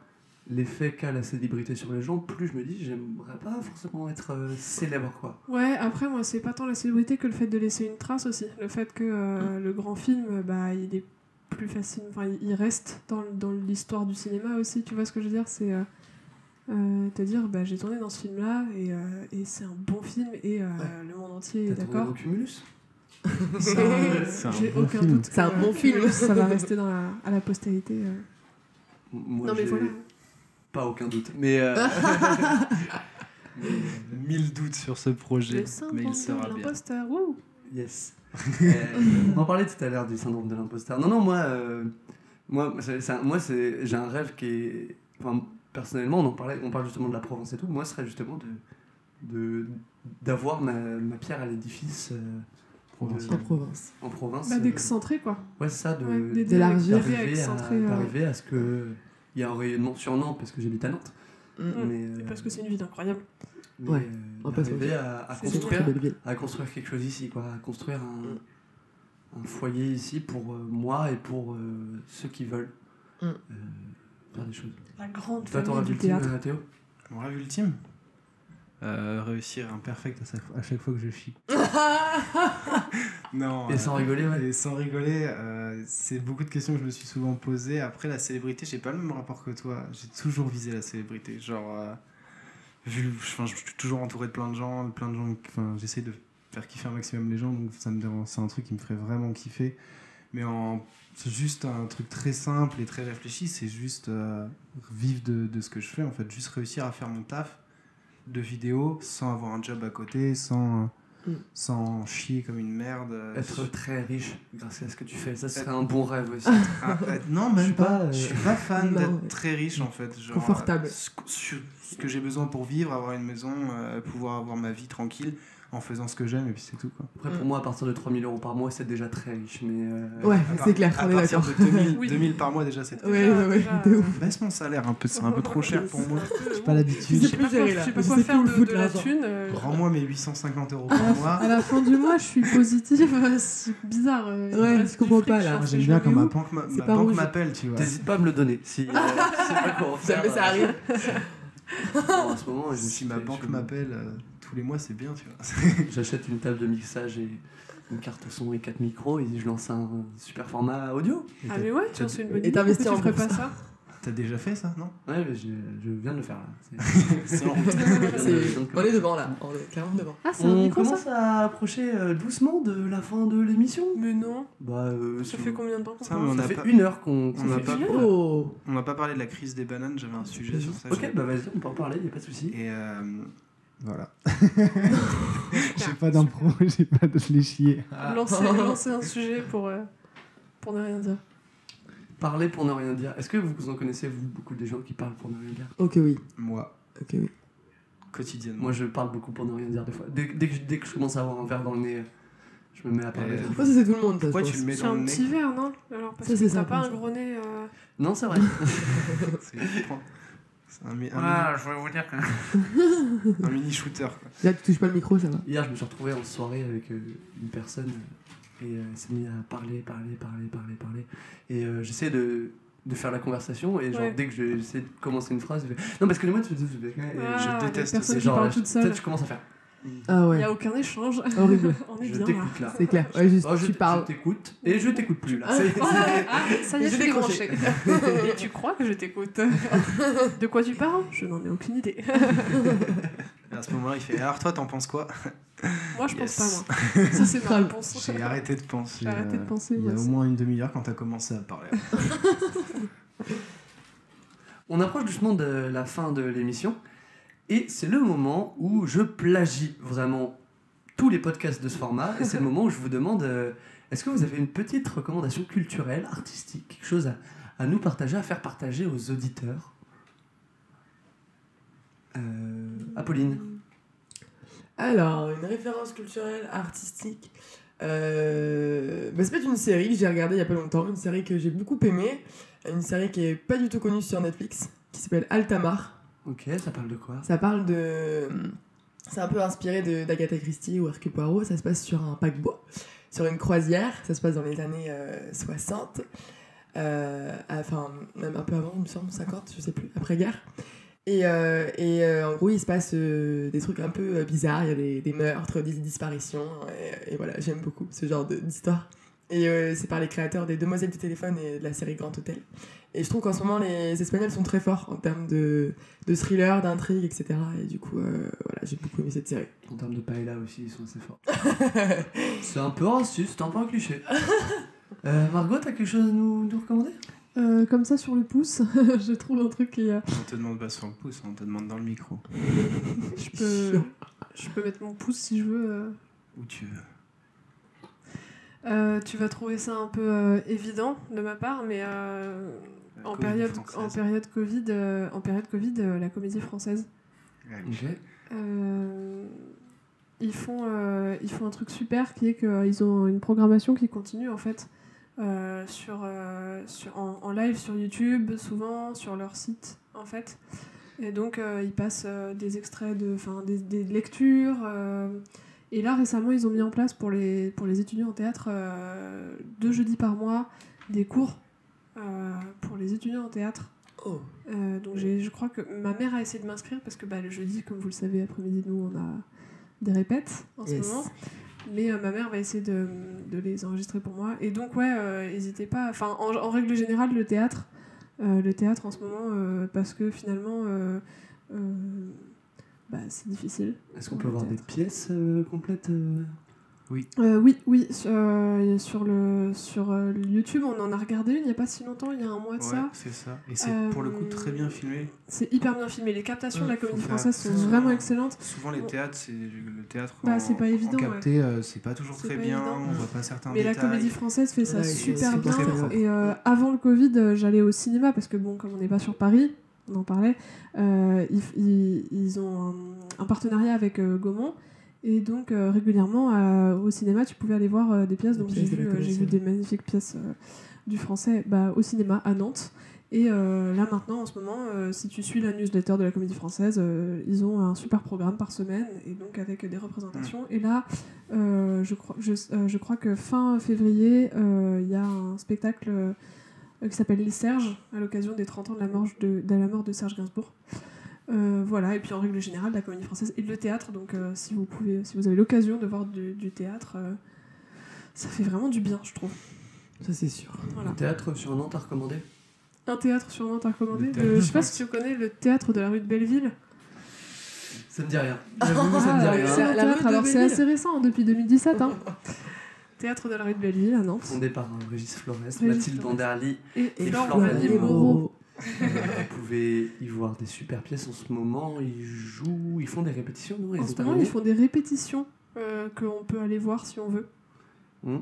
l'effet qu'a la célébrité sur les gens, plus je me dis, j'aimerais pas forcément être euh, célèbre, quoi.
Ouais, après, moi, c'est pas tant la célébrité que le fait de laisser une trace aussi. Le fait que euh, le grand film, bah, il est plus facile, enfin, il- il reste dans, le- dans l'histoire du cinéma aussi, tu vois ce que je veux dire C'est. Euh, euh, te dire, bah, j'ai tourné dans ce film-là et, euh, et c'est un bon film et euh,
Ouais.
le monde entier est
T'as trouvé
d'accord.
mon cumulus
Ça, <laughs>
C'est un
J'ai
bon
aucun
film.
doute. que,
C'est un bon
euh, <laughs>
film.
Ça va rester dans la, à la postérité. euh.
M- Moi,
non, mais
j'ai
voilà.
pas aucun doute. Mais. euh,
<laughs> Mille doutes sur ce projet,
Le syndrome
mais il sera
de
bien.
l'imposteur. wouh.
Yes. Euh, <laughs> on en parlait tout à l'heure du syndrome de l'imposteur. Non, non, moi, euh, moi, c'est- c'est un- moi, c'est, j'ai un rêve qui est. Enfin, personnellement, on en parlait, on parle justement de la Provence et tout. Moi, ce serait justement de, de d'avoir ma, ma pierre à l'édifice euh,
En Provence.
en province.
Bah,
euh,
d'excentrer, quoi.
ouais, c'est ça, de,
Euh,
Ouais, d'aider-
d'élargir.
d'aider à
d'arriver, à,
excentrer, euh,
d'arriver à ce que il y a un rayonnement sur Nantes parce que j'habite à Nantes.
Mm.
Mais, euh,
Et Parce que c'est une ville incroyable.
mais,
Ouais,
euh,
on va pas se
d'arriver à, à
C'est une très
construire
belle <laughs> ville.
à construire quelque chose ici, quoi, à construire un, un foyer ici pour euh, moi et pour euh, ceux qui veulent.
Mm.
Euh, faire des choses.
La grande
Toi,
famille
ton rêve
du
ultime,
théâtre.
euh, Théo
Mon rêve ultime Euh, Réussir un perfect à chaque, fois, à chaque fois que je chie. Non.
Et sans rigoler, ouais.
Et sans rigoler, euh, c'est beaucoup de questions que je me suis souvent posées. Après, la célébrité, j'ai pas le même rapport que toi. J'ai toujours visé la célébrité. Genre, euh, vu, enfin, je suis toujours entouré de plein de gens, de plein de gens. Enfin, j'essaie de faire kiffer un maximum les gens, donc ça me dérange. C'est un truc qui me ferait vraiment kiffer. Mais en c'est juste un truc très simple et très réfléchi, c'est juste euh, vivre de, de ce que je fais, en fait, juste réussir à faire mon taf de vidéo sans avoir un job à côté, sans,
Mm.
sans chier comme une merde. euh,
Être très riche grâce à ce que tu fais, ça serait un bon rêve aussi.
ah, euh, non, même
Je suis
pas.
pas, euh,
Je suis pas fan
Non,
d'être
ouais.
très riche en fait. Genre,
Confortable.
euh, Ce, que- ce- ce que j'ai besoin pour vivre, avoir une maison, euh, pouvoir avoir ma vie tranquille en faisant ce que j'aime et puis c'est tout quoi.
Après, pour moi, à partir de 3000 euros par mois, c'est déjà très riche. Mais euh,
Ouais,
À part-
c'est clair,
À
on est
partir
d'accord.
de 2000,
Oui.
2000 par mois déjà, c'est
Ouais, ouais, ouais,
Déjà,
de
euh,
ouf.
baisse mon salaire un peu, c'est un peu trop cher pour
<laughs>
moi.
C'est
J'ai pas
Je
l'habitude.
sais pas,
plus gérer,
quoi-
là.
je sais pas
Je
quoi
sais
faire
plus où
de,
foutre
de la
l'argent.
thune. euh,
Rends-moi mes 850 euros
À
par
la,
mois.
à la fin du mois, je suis positive.
<laughs>
c'est bizarre. euh, il me
Ouais,
reste
je
du
comprends
fric,
pas,
je
là.
Moi,
sais
J'aime
je
bien
vais
quand
où.
ma banque m'a-
C'est
ma
pas
banque
rouge.
m'appelle, tu vois.
t'hésites pas à me le donner si euh, c'est pas quoi en faire.
Jamais ça arrive.
Non, <laughs> en ce moment, je me
Si
suis
ma
fait-
banque
je-
m'appelle euh, tous les mois, c'est bien, tu vois.
<laughs> J'achète une table de mixage et une carte son et quatre micros et je lance un super format audio.
Ah, mais ouais, tiens, c'est une bonne idée.
Et t'investis
Pourquoi
en
tu ferais pas ça
T'as déjà fait ça, non
Ouais, mais je, je viens de le faire là. <laughs>
C'est en
<laughs> C'est- On est devant là, on est clairement devant.
Ah, c'est un
On
micro, ça
commence à approcher euh, doucement de la fin de l'émission.
Mais non,
Bah, euh,
ça fait combien de temps qu'on
Ça,
parle
on
ça
a
fait
pas-
une heure qu'on
on
qu'on
n'a
fait
pas,
ça.
Oh
on n'a pas parlé de la crise des bananes, j'avais un sujet sur ça.
Ok, bah vas-y, on peut en parler, y a pas de souci.
Et euh, voilà.
Super,
<laughs> j'ai Ah. pas de fléchier.
super. <laughs> Lancer, lancer un sujet pour, euh, pour ne rien dire.
Parler pour ne rien dire. Est-ce que vous en connaissez, vous, beaucoup des gens qui parlent pour ne rien dire
Ok, oui.
Moi,
Ok, oui.
quotidiennement.
Moi, je parle beaucoup pour ne rien dire des fois. Dès, dès que, dès que je commence à avoir un verre dans le nez, je me mets à parler.
Euh,
Je pense que c'est tout le monde. ça, je
Pourquoi
pense.
tu le mets
C'est
dans le
un petit
nez
verre, non Alors, parce
Ça,
que
c'est
t'as
sympa,
pas un
ça.
gros nez. euh,
Non, <laughs> c'est vrai.
C'est prends- c'est un, mi- un
Ah, je vais vous dire que...
mini, un mini shooter. quoi.
Là, tu touches pas le micro, ça va.
Hier, je me suis retrouvé en soirée avec euh, une personne euh, et euh, elle s'est mise à parler, parler, parler, parler, parler. Et euh, j'essaie de, de faire la conversation et genre,
Ouais.
dès que je- j'essaie de commencer une phrase, je fais Non, parce que moi, tu et
Ah, les
déteste ces
personnes
c'est
qui
genre,
parlent
là, je-
toutes seules.
peut-être je commence à faire.
Ah
Il n'y
ouais,
a aucun échange. <laughs>
horrible.
on est
Je
bien là.
t'écoute là.
C'est clair. Ouais, juste,
Oh, je
tu parles.
t'écoute et je t'écoute plus là.
<laughs>
C'est-
Ah, ça y est,
J'ai
je suis
décroché.
décroché. <laughs> Et tu crois que je <laughs> t'écoute De quoi tu parles Je n'en ai aucune idée. <laughs>
Et à ce moment-là, il fait Alors, toi, t'en penses quoi
Moi, je pense
Yes.
pas, moi. Ça, c'est ma
Grave.
réponse.
J'ai arrêté de penser.
<laughs> J'ai arrêté de
euh,
penser,
Il y a
moi,
au
c'est-
moins une demi-heure quand t'as commencé à parler.
On approche doucement de la fin de l'émission et c'est le moment où je plagie vraiment tous les podcasts de ce format et c'est le moment où je vous demande euh, est-ce que vous avez une petite recommandation culturelle, artistique, quelque chose à, à nous partager, à faire partager aux auditeurs Euh, Apolline,
Alors, une référence culturelle, artistique. Euh, bah, c'est peut-être une série que j'ai regardée il y a pas longtemps, une série que j'ai beaucoup aimée, une série qui est pas du tout connue sur Netflix, qui s'appelle Altamar.
ok, ça parle de quoi
Ça parle de. C'est un peu inspiré de- d'Agatha Christie ou Hercule Poirot. Ça se passe sur un paquebot, sur une croisière. Ça se passe dans les années euh, 60. euh, enfin, même un peu avant, il me semble, 50, je sais plus, après-guerre. Et, euh, et, euh, en gros, il se passe euh, des trucs un peu euh, bizarres. Il y a des, des meurtres, des disparitions. Et, et voilà, j'aime beaucoup ce genre de- d'histoire. Et euh, c'est par les créateurs des Demoiselles du téléphone et de la série Grand Hôtel. Et je trouve qu'en ce moment, les Espagnols sont très forts en termes de, de thriller, d'intrigue, etc. Et du coup, euh, voilà, j'ai beaucoup aimé cette série.
En termes de paella aussi, ils sont assez forts. c'est un peu raciste, c'est un peu un cliché. Euh, Margot, t'as quelque chose à nous, nous recommander
Euh, comme ça, sur le
<laughs>
pouce, je trouve un truc qui. euh,
on te demande pas sur le pouce, on te demande dans le micro.
je, peux, je peux mettre mon pouce si je veux. euh.
Où tu veux.
Euh, tu vas trouver ça un peu euh, évident de ma part, mais euh,
La
en,
comédie
période, en,
française.
période COVID, euh, en période Covid, euh, la comédie française,
Ouais.
Ok.
euh, ils, font, euh, ils font un truc super qui est qu'ils ont une programmation qui continue en fait. euh, sur, euh, sur- en, en live sur YouTube, souvent sur leur site en fait. Et donc euh, ils passent euh, des extraits de, enfin des, des lectures. euh, et là récemment ils ont mis en place pour les pour les étudiants en théâtre euh, deux jeudis par mois des cours euh, pour les étudiants en théâtre
Oh.
Euh, donc j'ai- je crois que ma mère a essayé de m'inscrire parce que bah, le jeudi, comme vous le savez, après-midi, nous, on a des répètes en
Yes.
ce moment. Mais euh, ma mère va essayer de, de les enregistrer pour moi. Et donc, ouais, euh, n'hésitez pas. Enfin, en, en règle générale, le théâtre, euh, le théâtre en ce moment, euh, parce que finalement, euh, euh, bah, c'est difficile.
Est-ce qu'on peut avoir des pièces euh, complètes euh
Euh, oui, oui, sur, euh, sur le, sur euh, le YouTube, on en a regardé une il n'y a pas si longtemps, il y a un mois de
Ouais,
ça.
c'est ça. Et c'est
Euh,
pour le coup très bien filmé.
C'est hyper bien filmé. Les captations de la
Ouais, faut
comédie
faire
française sont
attention.
vraiment excellentes.
Souvent les théâtres, c'est le théâtre
Bah,
en-
c'est pas évident,
en capté, euh, c'est pas toujours
C'est
très
pas
bien,
évident.
on voit pas certains
Mais la
détails.
comédie française fait ça
Ouais, c'est-
super
c'est
bien.
très
propre.
Et euh, avant le Covid, euh, j'allais au cinéma parce que, bon, comme on n'est pas sur Paris, on en parlait, euh, ils, ils- ils ont un, un partenariat avec euh, Gaumont. Et donc, euh, régulièrement, euh, au cinéma, tu pouvais aller voir euh, des pièces.
Des
Donc, j'ai
pièces de
vu,
la
euh, j'ai vu
comédie.
des magnifiques pièces euh, du français bah, au cinéma à Nantes. Et euh, là, maintenant, en ce moment, euh, si tu suis la newsletter de la comédie française, euh, ils ont un super programme par semaine, et donc avec des représentations. Et là, euh, je, crois, je, euh, je crois que fin février, euh, il y a un spectacle euh, qui s'appelle Les Serges, à l'occasion des 30 ans de la mort de, de la mort de Serge Gainsbourg. Euh, voilà, et puis en règle générale, la comédie française et le théâtre. Donc, euh, si, vous pouvez, si vous avez l'occasion de voir du, du théâtre, euh, ça fait vraiment du bien, je trouve.
Ça, c'est sûr.
Voilà.
Le théâtre sur Nantes à recommander
Un théâtre sûrement à recommander.
Le
de-
théâtre.
je sais pas si tu connais le théâtre de la rue de Belleville.
Ça me dit rien. <laughs> J'avoue, ça me dit
Ah,
rien.
c'est un
La
théâtre,
rue de
alors c'est
Belleville.
assez récent, depuis 2017. hein. théâtre de la rue de Belleville à Nantes.
Fondé par euh, Régis Flores, Mathilde <laughs>
Flores.
Banderli.
Et,
Et
Florent
Florent
Vanier
Moreau.
Moreau.
Euh, vous pouvez y voir des super pièces en ce moment. Ils jouent, ils font des répétitions, non Ils
En
ont
ce moment,
terminé
ils font des répétitions euh, qu'on peut aller voir si on veut.
Hmm.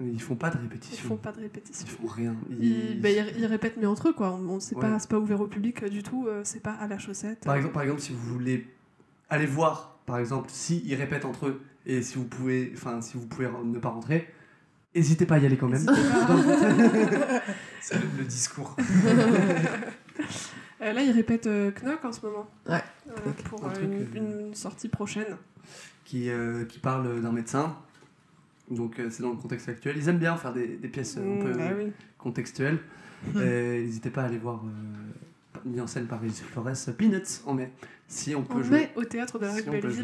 Ils font pas de
Ils
répétitions.
font pas de
Ils
répétitions.
font rien.
Ils, bah, ils- ils répètent, mais entre eux, quoi. On, on- c'est
Ouais.
pas, c'est pas ouvert au public euh, du tout, euh, c'est pas à la chaussette. <laughs>
Par exemple, par exemple, si vous voulez aller voir, par exemple, si ils répètent entre eux et si vous pouvez, enfin, si vous pouvez ne pas rentrer, n'hésitez pas à y aller quand même.
C'est le discours.
<laughs> Euh, là, ils répètent euh, Knock en ce moment.
Ouais.
Euh,
Knock,
pour
un
euh,
truc,
une,
euh,
une sortie prochaine.
qui, euh, qui parle d'un médecin. Donc euh, c'est dans le contexte actuel. Ils aiment bien faire des, des pièces euh, un peu
Mm, bah oui. <laughs>
contextuelles. Euh, N'hésitez pas à aller voir euh, mis en scène par Régis Flores Peanuts en mai. Si on peut
On
jouer.
met au théâtre de la rue
Si
de
on peut
Belleville.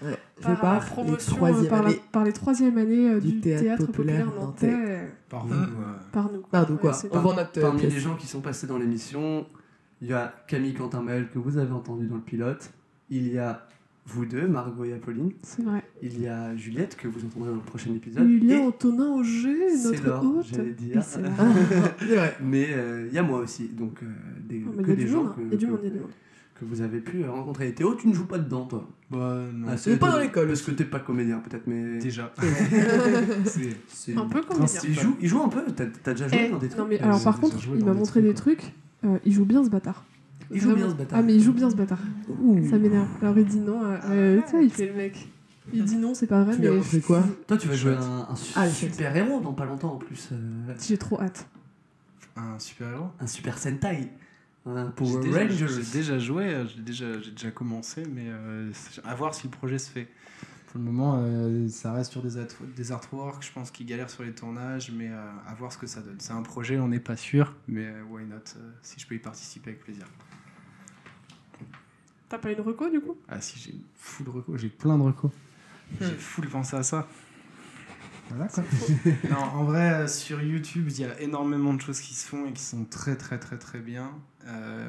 jouer.
Je
Par la
pars les
promotion, euh,
troisième
par, la-
année.
par les troisièmes années euh,
du
du, théâtre,
théâtre
populaire,
populaire
nantais,
Par
Mm.
vous. euh,
par nous.
Par nous,
Ouais,
quoi.
c'est
On
par-
vend notre euh,
Parmi
pièce.
les gens qui sont passés dans l'émission, il y a Camille Quentin-Maël que vous avez entendu dans le pilote. Il y a vous deux, Margot et Apolline.
C'est vrai.
Il y a Juliette que vous entendrez dans le prochain épisode.
Julien
Et
Antonin Auger,
c'est
notre
Laure,
hôte.
j'allais dire. Ah.
Et c'est Laure.
<laughs>
<laughs> C'est vrai.
Mais euh, il y a moi aussi, donc euh, des,
Ah, mais
que
Il y a
des
du
gens
monde,
que,
hein. Il y a du
que-
monde, il y a du monde.
que vous avez pu euh, rencontrer. Et Théo, tu ne joues pas dedans, toi.
Bah non.
Ah,
Mais pas dans
étonnant.
l'école.
Parce que t'es pas comédien, peut-être, mais.
Déjà. C'est-
c'est-
Un peu
Enfin,
comédien.
Il joue, il joue un peu, t'as t'as déjà joué
Eh,
dans des trucs. euh,
non mais
Ouais,
alors
j'ai
par
déjà
contre,
joué
il
dans
m'a
des
montré des trucs. euh, il joue bien ce bâtard.
Il joue
Vraiment.
bien, ce bâtard.
Ah mais il joue bien ce bâtard. Ça m'énerve. Alors il dit non. euh, euh, tu sais, il fait le mec. Il dit non, c'est pas vrai,
Tu lui as
mais
montré quoi
Toi, tu vas jouer un, un su-
Ah, le fait.
super héros dans pas longtemps en plus. euh,
j'ai trop hâte.
Un super héros.
un super Sentai. Un
J'ai
Power
déjà-
Rangers.
J'ai déjà joué, euh, j'ai déjà, j'ai déjà commencé, mais euh, c'est- à voir si le projet se fait. Pour le moment, euh, ça reste sur des, at- des artworks, je pense qu'ils galèrent sur les tournages, mais euh, à voir ce que ça donne. C'est un projet, on n'est pas sûr, mais euh, why not euh, Si je peux y participer avec plaisir.
T'as pas une reco du coup
Ah si, j'ai full reco, j'ai plein de recos. J'ai full pensé à ça. Hmm. Voilà quoi. <laughs> non, en vrai, euh, sur YouTube, il y a énormément de choses qui se font et qui sont très très très très bien. Euh,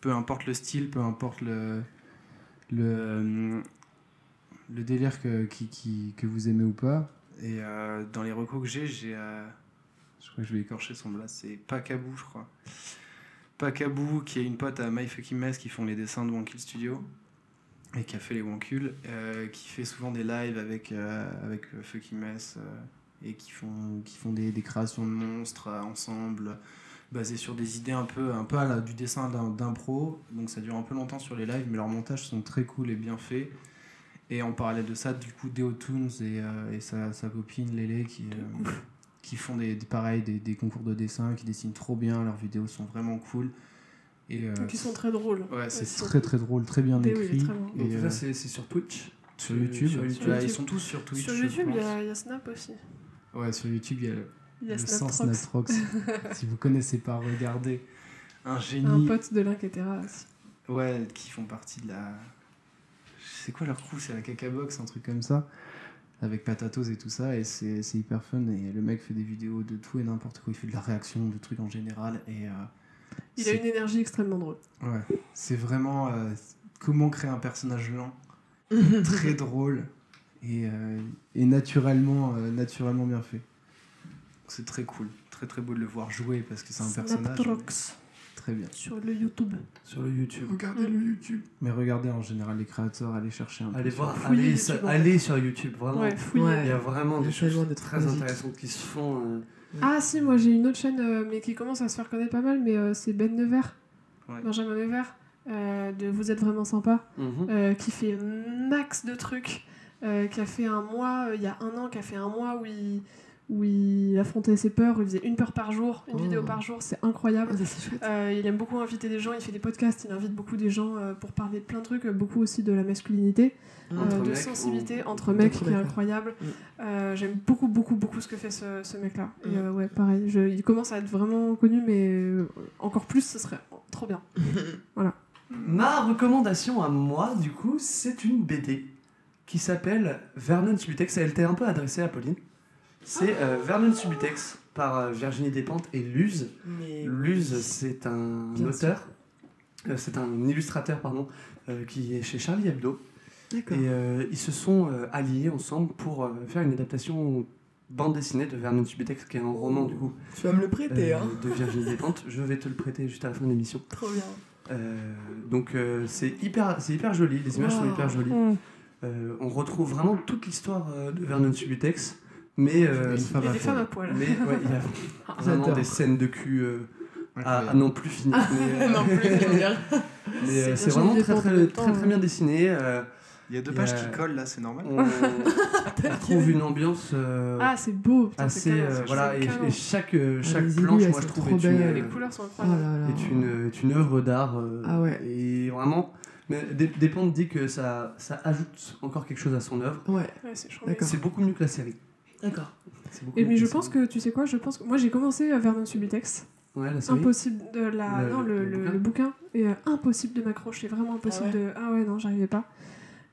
peu importe le style, peu importe le le, euh, le délire que, qui, qui- que vous aimez ou pas. Et euh, dans les recos que j'ai, j'ai euh, je crois que je vais écorcher son blast, c'est Pacabou, je crois. Pacabou, qui est une pote à My Fucking Mess, qui font les dessins de Wankill Studio et qui a fait les Wankuls, euh, qui fait souvent des lives avec, euh, avec euh, Fucking Mess euh, et qui font, qui font des, des créations de monstres euh, ensemble, basées sur des idées un peu, un peu à la- du dessin d'un- d'impro. Donc ça dure un peu longtemps sur les lives, mais leurs montages sont très cool et bien faits. Et en parallèle de ça, du coup, Deo Toons et, euh, et sa, sa copine Lele qui, euh, qui font des, des- pareil, des, des concours de dessin, qui dessinent trop bien, leurs vidéos sont vraiment cool. Et, euh,
Donc ils sont très drôles.
Ouais, c'est
Ils sont-
très très drôle, très bien
Oui, oui,
écrit.
très bien.
Et,
Donc,
euh,
ça, c'est c'est sur Twitch.
sur YouTube,
Sur YouTube.
Ouais, ils sont tous sur Twitch.
Sur
je
YouTube, il y,
pense.
a il y a Snap aussi.
Ouais, sur YouTube, il y a.
Il y a
le sang
Snaptrox.
Snaptrox. si vous connaissez pas, regardez. Un
Un
génie.
pote de l'Inquetera aussi.
Ouais, qui font partie de la. C'est quoi leur crew C'est la Caca Box, un truc comme ça. Avec Patatos et tout ça, et c'est c'est hyper fun. Et le mec fait des vidéos de tout et n'importe quoi. Il fait de la réaction, de trucs en général. Et. euh,
Il a
c'est-
une énergie extrêmement drôle.
Ouais, c'est vraiment euh, comment créer un personnage lent, très drôle et, euh, et naturellement, euh, naturellement bien fait. C'est très cool, très très beau de le voir jouer parce que c'est un personnage.
Snaptrox
mais Très bien.
sur le YouTube.
Sur le YouTube.
Regardez le YouTube. Mais regardez en général les créateurs, allez chercher un peu
Allez
sur-
voir,
Fouillez
allez,
YouTube,
sur-
en fait.
allez sur YouTube, vraiment.
Ouais, fouillez.
Il y a vraiment
Il y a
des
tellement
choses
de
très
musique.
intéressantes qui se font. euh,
Ah si, moi j'ai une autre chaîne euh, mais qui commence à se faire connaître pas mal, mais euh, c'est Ben Nevers,
Ouais.
Benjamin Nevers, euh, de Vous êtes vraiment sympa,
mhm.
euh, qui fait max de trucs, euh, qui a fait un mois, euh, il y a un an, qui a fait un mois où il, où il affrontait ses peurs, où il faisait une peur par jour, une
Oh.
vidéo par jour, c'est incroyable.
Ah, ça, c'est chouette.
Euh, il aime beaucoup inviter des gens, il fait des podcasts, il invite beaucoup des gens euh, pour parler de plein de trucs, euh, beaucoup aussi de la masculinité, euh,
Entre
de
mecs
sensibilité
ou-
entre mecs,
Entre
qui est
mecs, ouais.
incroyable.
Mm.
Euh, J'aime beaucoup, beaucoup, beaucoup ce que fait ce, ce mec-là. Et
Mm.
euh, ouais, pareil, je- il commence à être vraiment connu, mais euh, encore plus, ce serait trop bien.
Ma recommandation à moi, du coup, c'est une BD qui s'appelle Vernon Subutex. Elle était un peu adressée à Pauline. C'est euh, Vernon Subutex par euh, Virginie Despentes et Luz.
Mais-
Luz, c'est un
Bien
auteur, euh, c'est un illustrateur, pardon, euh, qui est chez Charlie Hebdo.
D'accord.
Et euh, ils se sont euh, alliés ensemble pour euh, faire une adaptation bande dessinée de Vernon Subutex, qui est un roman, du coup,
Tu vas me le prêter,
euh,
hein
de Virginie Despentes. Je vais te le prêter juste à la fin de l'émission.
Trop bien.
Euh, donc euh, c'est hyper, c'est hyper joli, les images sont
Wow.
hyper jolies. Euh, on retrouve vraiment toute l'histoire euh, de Vernon Subutex, mais, euh,
Une femme
Il y a
à
des
poil.
femmes à poil.
mais ouais, il y a vraiment
J'adore.
des scènes de cul euh, à, à
Incroyable.
non plus finir. Mais, euh,
<laughs> non plus, je veux dire.
mais, euh,
C'est
c'est
Virginie
vraiment très
Despentes en
très, très,
même temps,
très
hein.
bien dessiné. euh,
Il y a deux
Il y
pages
a-
qui collent là, c'est normal.
on, on trouve une ambiance euh,
Ah, c'est beau, putain, c'est
assez.
canon,
euh,
c'est
voilà, et,
canon.
et chaque, euh, chaque
les
planche,
élus,
moi
elles
je
sont
trouve,
trop
est une,
belles.
Les
euh,
couleurs sont
Oh
incroyables.
là là.
est une, euh, est une œuvre d'art. euh,
Ah ouais.
Et vraiment, mais Des- Despentes dit que ça, ça ajoute encore quelque chose à son œuvre.
Ouais,
Ouais, c'est chambé.
d'accord.
C'est beaucoup mieux que la série.
D'accord.
C'est beaucoup
Et
mieux
mais je
la
pense
série.
que, tu sais quoi, je pense que moi j'ai commencé à Vernon Subutex.
Ouais, la série.
impossible de la
Le-
non
le
le, le-
bouquin.
le bouquin et euh, impossible de m'accrocher vraiment impossible
Ah ouais.
de ah ouais non j'arrivais pas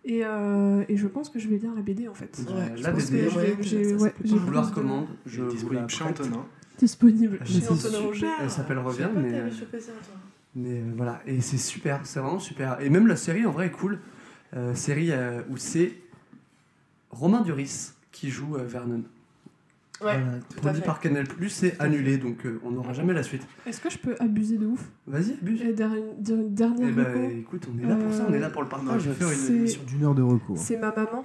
et, euh, et je pense que je vais lire la BD en fait
Ouais,
Ouais, je
la
pense
BD,
que
je
je vais-
ouais,
j'ai-
ça, ça
ouais,
peut
j'ai
vous la
plus de-
recommande. Je
Je
vous la
disponible chez
prête.
Antonin.
disponible
Ah,
chez
c'est
Antonin
super.
Roger
Elle s'appelle Revient,
Je sais pas,
mais,
t'avais
euh,
chopé ça, toi.
mais euh, voilà. Et c'est super, c'est vraiment super. Et même la série en vrai est cool. Euh, série euh, où c'est Romain Duris qui joue euh, Vernon.
Ouais,
Voilà,
à
produit
fait.
par Canal Plus, c'est
à
annulé donc euh, on n'aura jamais la suite.
est-ce que je peux abuser de ouf
Vas-y, abuse.
et dire une, dire une
Eh
dernière
ben,
reco,
écoute, on est là pour ça, on est là pour le
On aurait
partage.
dû faire
c'est-
une émission d'une heure de recours.
c'est ma maman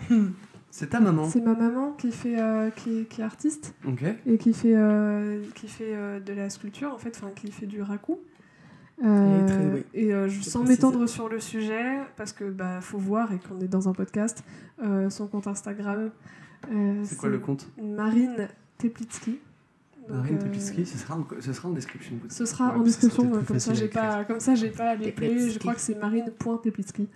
C'est ta maman.
c'est ma maman qui fait euh, qui, est- qui est artiste
Ok.
et qui fait euh, qui fait euh, de la sculpture en fait enfin qui fait du raku
est très- oui.
et euh, je,
Je
sans
précise.
m'étendre sur le sujet parce que bah faut voir et qu'on est dans un podcast euh, son compte Instagram euh,
C'est quoi le compte
Marine Teplitsky Donc,
Marine
euh,
Teplitsky, ce sera en, ce sera en description.
ce sera en
Ouais, mais ce sera
description
peut-être plus
comme ça
facile à
j'ai pas comme ça j'ai pas les
Teplitsky.
clés je crois que c'est Marine.Teplitsky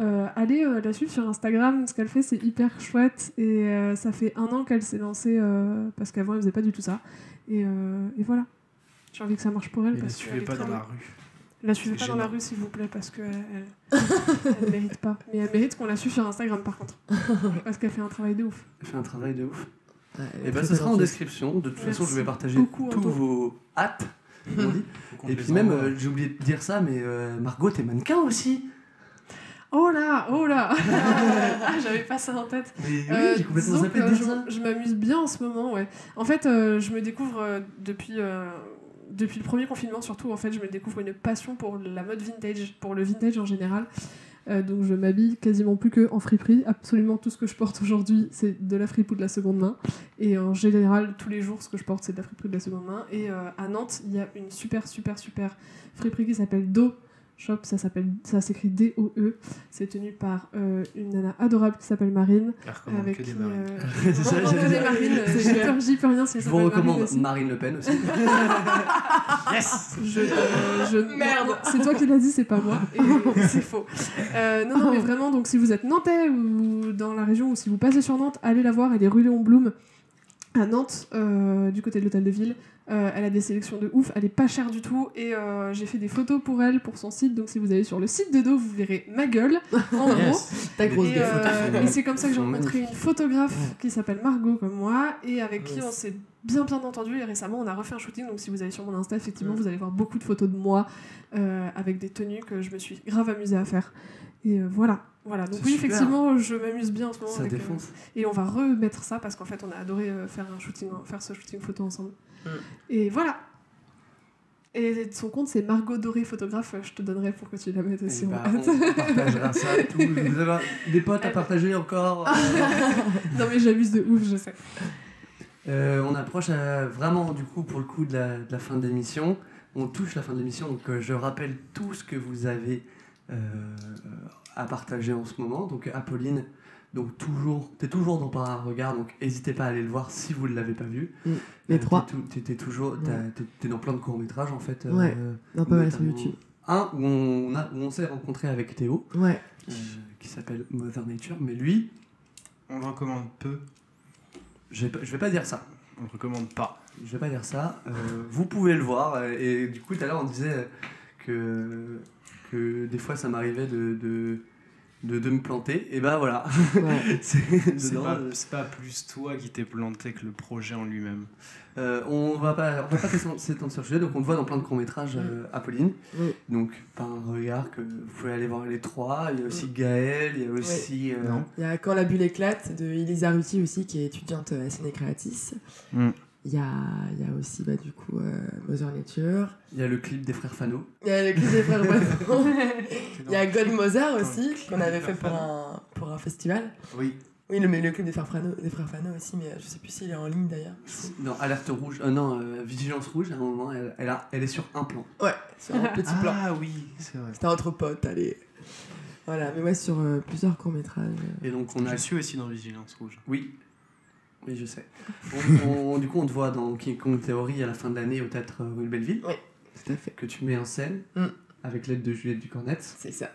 euh, allez euh, la suivre sur Instagram ce qu'elle fait c'est hyper chouette et euh, ça fait un an qu'elle s'est lancée euh, parce qu'avant elle faisait pas du tout ça et, euh, et voilà j'ai envie que ça marche pour elle
Et la
parce qu'elle
suivez
est
pas
très
dans
bonne.
la rue.
La suivez pas
C'est
dans la
gênant.
rue, s'il vous plaît, parce qu'elle elle, elle mérite pas. Mais elle mérite qu'on la suive sur Instagram, par contre. Parce qu'elle fait un travail de ouf.
Elle fait un travail de ouf.
Ouais,
Et ben,
très
ce sera en
gentil.
description. De toute façon, je vais
Merci
partager
beaucoup,
tous
Anto.
vos hâtes. comme on <laughs> dit.
Faut qu'on
Et
te
puis
les
même,
envoie.
euh, j'ai oublié de dire ça, mais euh, Margot, t'es mannequin aussi.
Oh là, oh là Ah, j'avais pas ça en tête.
Mais oui,
Euh,
j'ai complètement
disons
zappé de
que
dire
je-
ça.
Je m'amuse bien en ce moment, ouais. En fait, euh, je me découvre euh, depuis. euh, Depuis le premier confinement, surtout, en fait, je me découvre une passion pour la mode vintage, pour le vintage en général. Euh, donc, je m'habille quasiment plus que en friperie. Absolument tout ce que je porte aujourd'hui, c'est de la fripe ou de la seconde main. Et en général, tous les jours, ce que je porte, c'est de la friperie de la seconde main. Et euh, à Nantes, il y a une super, super, super friperie qui s'appelle Do Shop. Ça s'appelle, ça s'écrit D-O-E. C'est tenu par euh, une nana adorable qui s'appelle Marine.
Elle recommande
Avec
que
qui,
des marines.
euh,
<laughs>
<laughs>
C'est ça,
recommande
j'allais
que des
dire.
marines. euh, J'y peux- j'y peux rien si
Je
ça
vous
s'appelle
recommande
Marine aussi.
Marine Le
<laughs>
Pen aussi. yes
Je, euh, je-
Merde.
non, <laughs> C'est toi qui l'as dit, c'est pas moi. Et <laughs> c'est faux. Euh, non, non, mais vraiment, donc si vous êtes nantais ou dans la région ou si vous passez sur Nantes, allez la voir. Elle est rue Léon Blum. à Nantes, euh, du côté de l'hôtel de ville. Euh, elle a des sélections de ouf, elle est pas chère du tout et euh, j'ai fait des photos pour elle pour son site. Donc si vous allez sur le site de dos, vous verrez ma gueule en
<laughs>
gros.
Ta grosse
Et,
gueule.
euh,
sont-
et c'est comme ça que j'ai
sont
rencontré une
magnifiques.
photographe
Ouais.
qui s'appelle Margot comme moi et avec qui
Ouais.
on s'est bien bien entendu et récemment on a refait un shooting donc si vous allez sur mon Insta effectivement
Ouais.
vous allez voir beaucoup de photos de moi euh, avec des tenues que je me suis grave amusée à faire et euh, voilà voilà donc
C'est
oui
super.
effectivement je m'amuse bien en ce moment
Ça
avec, euh,
défonce.
et on va remettre ça parce qu'en fait on a adoré euh, faire un shooting faire ce shooting photo ensemble
Mm.
Ouais.
et voilà et son compte c'est Margot Doré photographe je te donnerai pour que tu la mettes aussi
Eh
en
bah,
hâte.
on partagera ça. Tout. Vous avez des potes à partager encore.
<laughs> non mais j'abuse de ouf je sais
Euh, on approche euh, vraiment, du coup, pour le coup, de la, de la fin de l'émission. On touche la fin de l'émission, donc euh, je rappelle tout ce que vous avez euh, à partager en ce moment. Donc, Apolline, donc toujours, t'es toujours dans Par un regard, donc n'hésitez pas à aller le voir si vous ne l'avez pas vu. Euh,
Mm. Les trois.
t'es tout- T'es t'es toujours, t'as-
Ouais.
t'es- t'es dans plein de courts métrages en fait. euh,
Ouais. Non, pas mal sur
notamment
YouTube.
Un où on, a, où on s'est rencontré avec Théo,
Ouais.
euh, qui s'appelle Mother Nature, mais lui,
On le recommande peu,
je vais pas- je vais pas dire ça.
on le recommande pas.
Je vais pas dire ça. euh, vous pouvez le voir. euh, Et du coup, tout à l'heure, on disait que, que des fois, ça m'arrivait de, de, de, de me planter. Et ben voilà. <laughs>
ouais.
C'est
C'est
dedans,
pas,
euh,
c'est pas plus toi qui t'es planté que le projet en lui-même.
euh, on va pas, on va pas s'étendre- s'étendre sur le sujet. Donc, on le voit dans plein de courts
Mm.
métrages, euh, Apolline.
Oui.
Donc, par un regard que vous pouvez aller voir les trois. Il y a aussi Gaël. Il y a aussi. euh,
Mm. Non.
Il y a Quand la bulle éclate de Elisa Ruti aussi, qui est étudiante à Sénécréatis.
Mm.
Il y, a, il y a aussi, bah, du coup, euh, Mother Nature.
Il y a le clip des frères Fano.
Il y a le clip des frères Boisson.
<laughs>
Il
Ah
y a God Mozart
Dans
aussi,
le clip
qu'on avait
des
fait pour
frères
un, pour un festival.
Oui,
Oui, le, mais le clip des frères, Frano, des frères Fano aussi, mais euh, je sais plus s'il est en ligne d'ailleurs.
Non, alerte rouge. euh, non, euh, vigilance rouge. À un moment, elle, elle, a- elle est sur un plan.
Ouais, sur un petit plan.
Ah oui, c'est vrai.
C'était entre potes, allez. Voilà, mais ouais, sur euh, plusieurs courts-métrages. euh,
Et donc, on a
Je suis aussi dans Vigilance Rouge.
Oui. Oui, je sais. On- on- du coup, on te voit dans King Kong Theory à la fin de l'année au théâtre euh, Rue de Belleville,
Tout à fait.
que tu mets en scène
Mm.
avec l'aide de Juliette Ducornette.
C'est ça.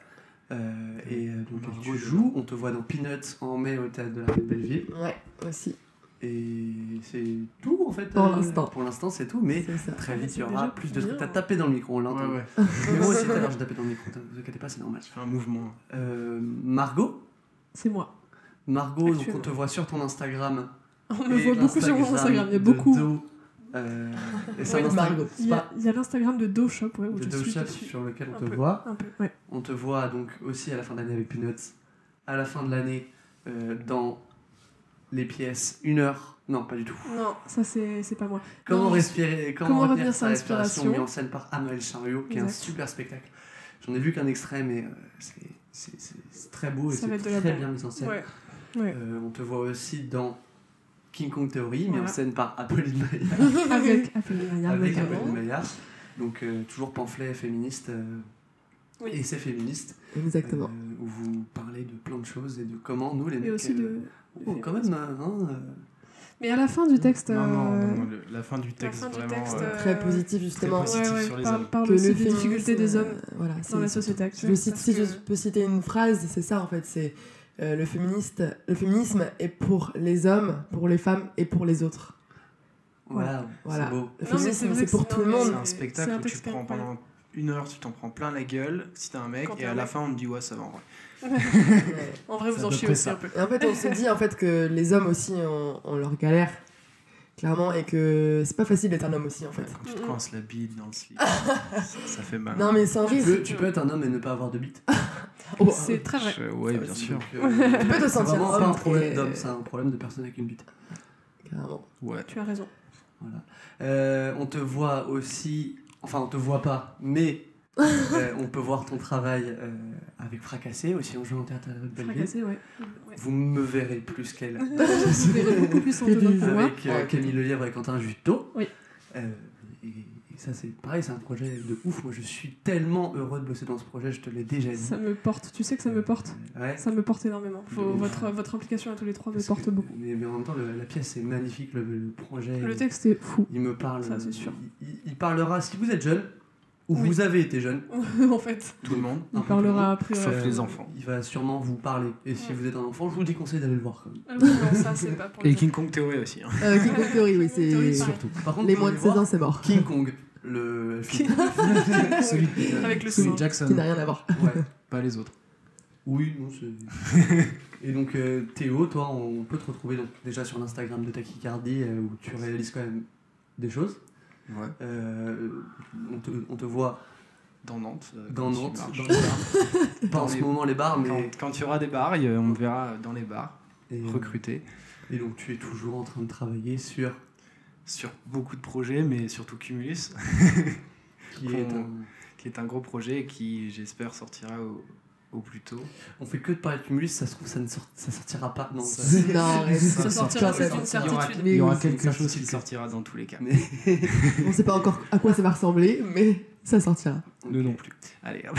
Euh, et euh, donc,
Margot
tu
dedans.
joues. On te voit dans Peanuts en mai au théâtre de la Rue de Belleville.
Ouais, aussi.
Et c'est tout, en fait. euh,
Pour l'instant.
Pour l'instant, c'est tout, mais
C'est ça.
très vite, il y
C'est
aura
déjà
plus de
bien.
trucs. T'as tapé dans le micro, on
Ouais,
l'entend.
ouais,
Mais moi aussi, tout à l'heure, j'ai tapé dans le micro. t'in- Vous inquiétez pas, c'est normal.
je fais un mouvement.
Euh, Margot
C'est moi. <laughs>
Margot, donc on
Actuellement.
te voit sur ton Instagram
On me
Et
voit beaucoup sur mon Instagram, il y a beaucoup.
de Do, euh, et c'est
Oui,
un Insta-
Margot.
c'est
Il y a,
pas-
il y a l'Instagram de Do Shop, ouais, où
de
je
Do
suis
Shop
dessus.
sur lequel on
Un
te
peu.
voit.
Un peu, ouais.
On te voit donc aussi à la fin de l'année avec Peanuts. À la fin de l'année, euh, dans les pièces, une heure. Non, pas du tout.
Non, ça c'est c'est pas moi.
Comment
Non,
respirer Comment,
Comment
retenir
retenir
sa
sa
respiration,
respiration
mis en scène par Amel Chariot, qui est un
Exact.
super spectacle. J'en ai vu qu'un extrait, mais euh, c'est- c'est c'est- c'est très beau et
Ça va
c'est
être de la
très
bombe.
bien mis en scène.
Ouais. Ouais.
Euh, on te voit aussi dans King Kong Theory, mais en
Voilà.
scène par Apolline Maillard.
<laughs> Avec Apolline Maillard,
avec
notamment.
Apolline Maillard. Donc euh, toujours pamphlet féministe euh,
Oui.
et c'est féministe
Exactement.
euh, où vous parlez de plein de choses et de comment nous les
Mais
mecs
aussi
euh,
de.
oh, quand même hein, hein,
Mais à la fin du texte.
Non, non,
euh,
non, non, le- la fin du texte,
fin du
vraiment.
texte,
euh,
euh,
Très positif, justement.
très
ouais,
positif
ouais,
sur les hommes.
parle, parle
Que
aussi
le
des
féminisme,
difficultés des
euh,
hommes
voilà, c'est-
dans la société
Je
actuelle.
veux citer-
parce
si
que-
je peux citer une phrase, c'est ça en fait, c'est euh, le, féministe, le féminisme est pour les hommes, pour les femmes et pour les autres.
voilà,
Voilà.
c'est beau
Le
Non, mais c'est
féminisme
vrai
euh, c'est
que
pour
c'est-
tout le
non, mais
C'est
monde.
un spectacle
c'est un
où tu
texte
prends
incroyable.
pendant une heure, tu t'en prends plein la gueule si t'es un mec,
Quand t'es
et à
un
la
mec.
fin on te dit ouais, ça va en vrai.
Ouais.
En vrai,
C'est
vous
à
en
peu
chiez
près
aussi
ça.
un peu.
Et en fait, on se dit en fait que les hommes aussi ont, ont leur galère, clairement, et que c'est pas facile d'être un homme aussi en fait.
Quand tu te
Mm-mm.
coinces la bite dans le slip, ça, ça fait mal.
Non mais sans
tu
risque.
peux, tu peux être un homme et ne pas avoir de bite
Oh,
C'est très vrai.
Je- ouais,
Ça
bien
aussi.
sûr.
Donc, euh,
Tu peux te
c'est
sentir
vraiment
homme
pas un problème
et-
d'homme c'est un problème de personne avec une bite
euh, Carrément.
Ouais.
Tu as raison.
Euh, on te voit aussi enfin on te voit pas
<laughs>
mais euh, on peut voir ton travail euh, avec Fracassé aussi en jouant au théâtre de Belleville
Fracassé, ouais. <laughs> Ouais.
vous me verrez plus qu'elle
Vous verrez beaucoup plus en dedans que moi.
avec euh,
Ouais.
Camille Lelièvre et Quentin Juteau.
Ah Oui.
Euh, et, et ça, c'est pareil, c'est un projet de ouf. Moi, je suis tellement heureux de bosser dans ce projet, je te l'ai déjà dit.
Ça me porte, tu sais que ça me porte.
Ouais.
Ça me porte énormément. Faut-
De ouf.
votre, votre implication à tous les trois me
Parce
porte
que-
beaucoup.
Mais, mais en même temps, le- la pièce est magnifique, le, le projet.
Le
il-
texte est fou.
Il me parle.
Ça, c'est sûr.
Il, il- il parlera, si vous êtes jeune, Ou
Oui.
vous avez été jeune.
<laughs>
Euh,
en fait.
Tout le monde.
On parlera après. euh,
Sauf
ouais.
les enfants.
Il va sûrement vous parler. Et si
Ouais.
vous êtes un enfant, je vous déconseille d'aller le voir. Quand même.
Ah oui, non, ça, c'est pas pour
Et
les
King Kong Theory aussi. hein.
Euh, King Kong Theory, oui, c'est.
King Kong Theory,
Surtout. Par contre,
Les
vous
moins de
allez
16
voir
ans, c'est mort.
King Kong,
<laughs>
le film.
<laughs> Celui
enfants. Avec le
Celui
son.
de
Qui n'a
Jackson,
rien à voir.
Ouais.
pas les autres.
Oui, non, c'est.
<laughs>
Et donc, euh, Théo, toi, on peut te retrouver donc, déjà sur l'Instagram de Tachycardie euh, où tu réalises quand même des choses.
Ouais.
Euh, on, te, on te voit
Dans Nantes. euh,
dans
quand tu
Nantes,
marches.
dans
<laughs>
les bars. Pas en
Dans
ce
les-
moment les bars, mais.
Quand- Quand il y aura des bars, il y a- on me verra dans les bars,
Et, euh,
recruté.
et donc, tu es toujours en train de travailler sur.
Sur beaucoup de projets, mais surtout Cumulus,
Qui est
Qu'on-
un-
qui est un gros projet qui, j'espère, sortira au, au plus tôt.
On fait que de parler de Cumulus, ça se trouve, ça ne sort- ça sortira pas. Non, ça-
<laughs>
Non, arrête.
Ça
Ça
sortira,
sortira, c'est
ça
une
sortira.
certitude.
Mais
Il y aura
oui,
quelque
c'est
chose qui
sorti.
sortira dans tous les cas.
Mais-
On sait pas encore à quoi ça va ressembler, mais ça sortira.
Nous non plus. Allez, hop.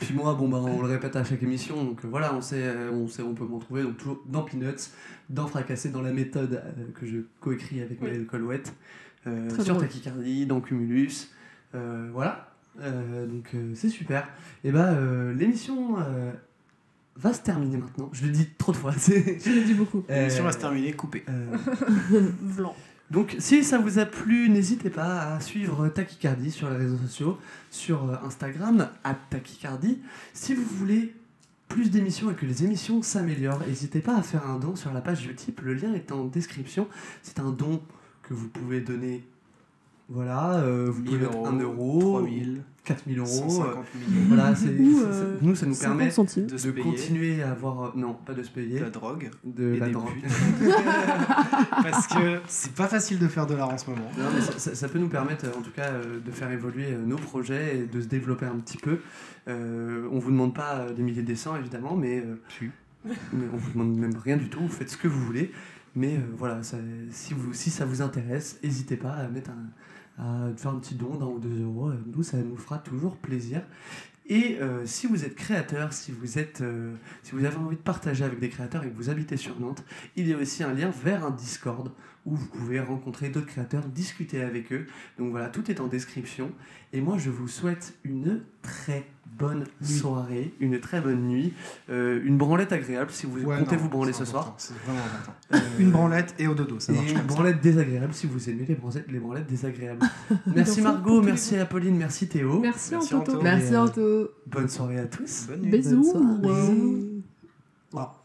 Puis moi, bon, bah, on le répète à chaque émission, donc euh, voilà, on sait, euh, on sait, on peut m'en trouver, donc toujours dans Peanuts, dans Fracassé, dans la méthode euh, que je coécris avec
Oui.
Maël Colouette, euh,
Très
sur
drôle.
Tachycardie, dans Cumulus, euh, voilà, Euh, donc euh, c'est super. Et bah, euh, l'émission euh, va se terminer maintenant, je le dis trop de fois, <laughs> c'est.
Je l'ai dit beaucoup.
L'émission va se
Euh,
terminer, coupée.
euh,
Blanc.
donc, si ça vous a plu, n'hésitez pas à suivre Tachycardie sur les réseaux sociaux, sur euh, Instagram, à Tachycardie. Si vous voulez plus d'émissions et que les émissions s'améliorent, n'hésitez pas à faire un don sur la page Utip. Le lien est en description. C'est un don que vous pouvez donner. Voilà, euh, vous
1000
pouvez mettre
euros,
1 euro,
3000,
4000 euros. euh,
150 millions
voilà, c'est,
Ou,
c'est-
euh,
c'est- nous, ça nous
50
permet
centimes.
de se
de
payer
continuer à avoir. euh, Non, pas de se
de
payer,
la drogue
de
et
la
des
drogue.
<laughs> putes. Parce que c'est pas facile de faire de l'art en ce moment.
Non, mais ça, ça- ça peut nous permettre, euh, en tout cas, euh, de faire évoluer euh, nos projets et de se développer un petit peu. Euh, on vous demande pas euh, des milliers de cents, évidemment, mais, euh,
Tu.
<laughs> mais on vous demande même rien du tout. Vous faites ce que vous voulez. Mais euh, voilà, ça- si, vous, si ça vous intéresse, n'hésitez pas à, mettre un, à faire un petit don d'un ou deux euros. Euh, Nous, ça nous fera toujours plaisir. Et euh, si vous êtes créateur, si vous, êtes, euh, si vous avez envie de partager avec des créateurs et que vous habitez sur Nantes, il y a aussi un lien vers un Discord où vous pouvez rencontrer d'autres créateurs, discuter avec eux. Donc voilà, tout est en description. Et moi, je vous souhaite une très bonne
Nuit.
soirée, une très bonne nuit, euh, une branlette agréable si vous
Ouais,
comptez
non,
vous branler ce
c'est
soir.
important, C'est vraiment important.
Euh,
Une branlette et au dodo, ça
et
marche
une
comme ça.
branlette désagréable si vous aimez les branlettes, les branlettes
<laughs>
désagréables.
Dans
merci
ça,
Margot,
pour tous les
merci Apolline, merci Théo.
Merci,
Merci,
Antoto.
Anto.
Merci,
euh,
Anto.
Bonne soirée à tous.
Bonne nuit.
Bisous.
Bonne soirée.
Au revoir.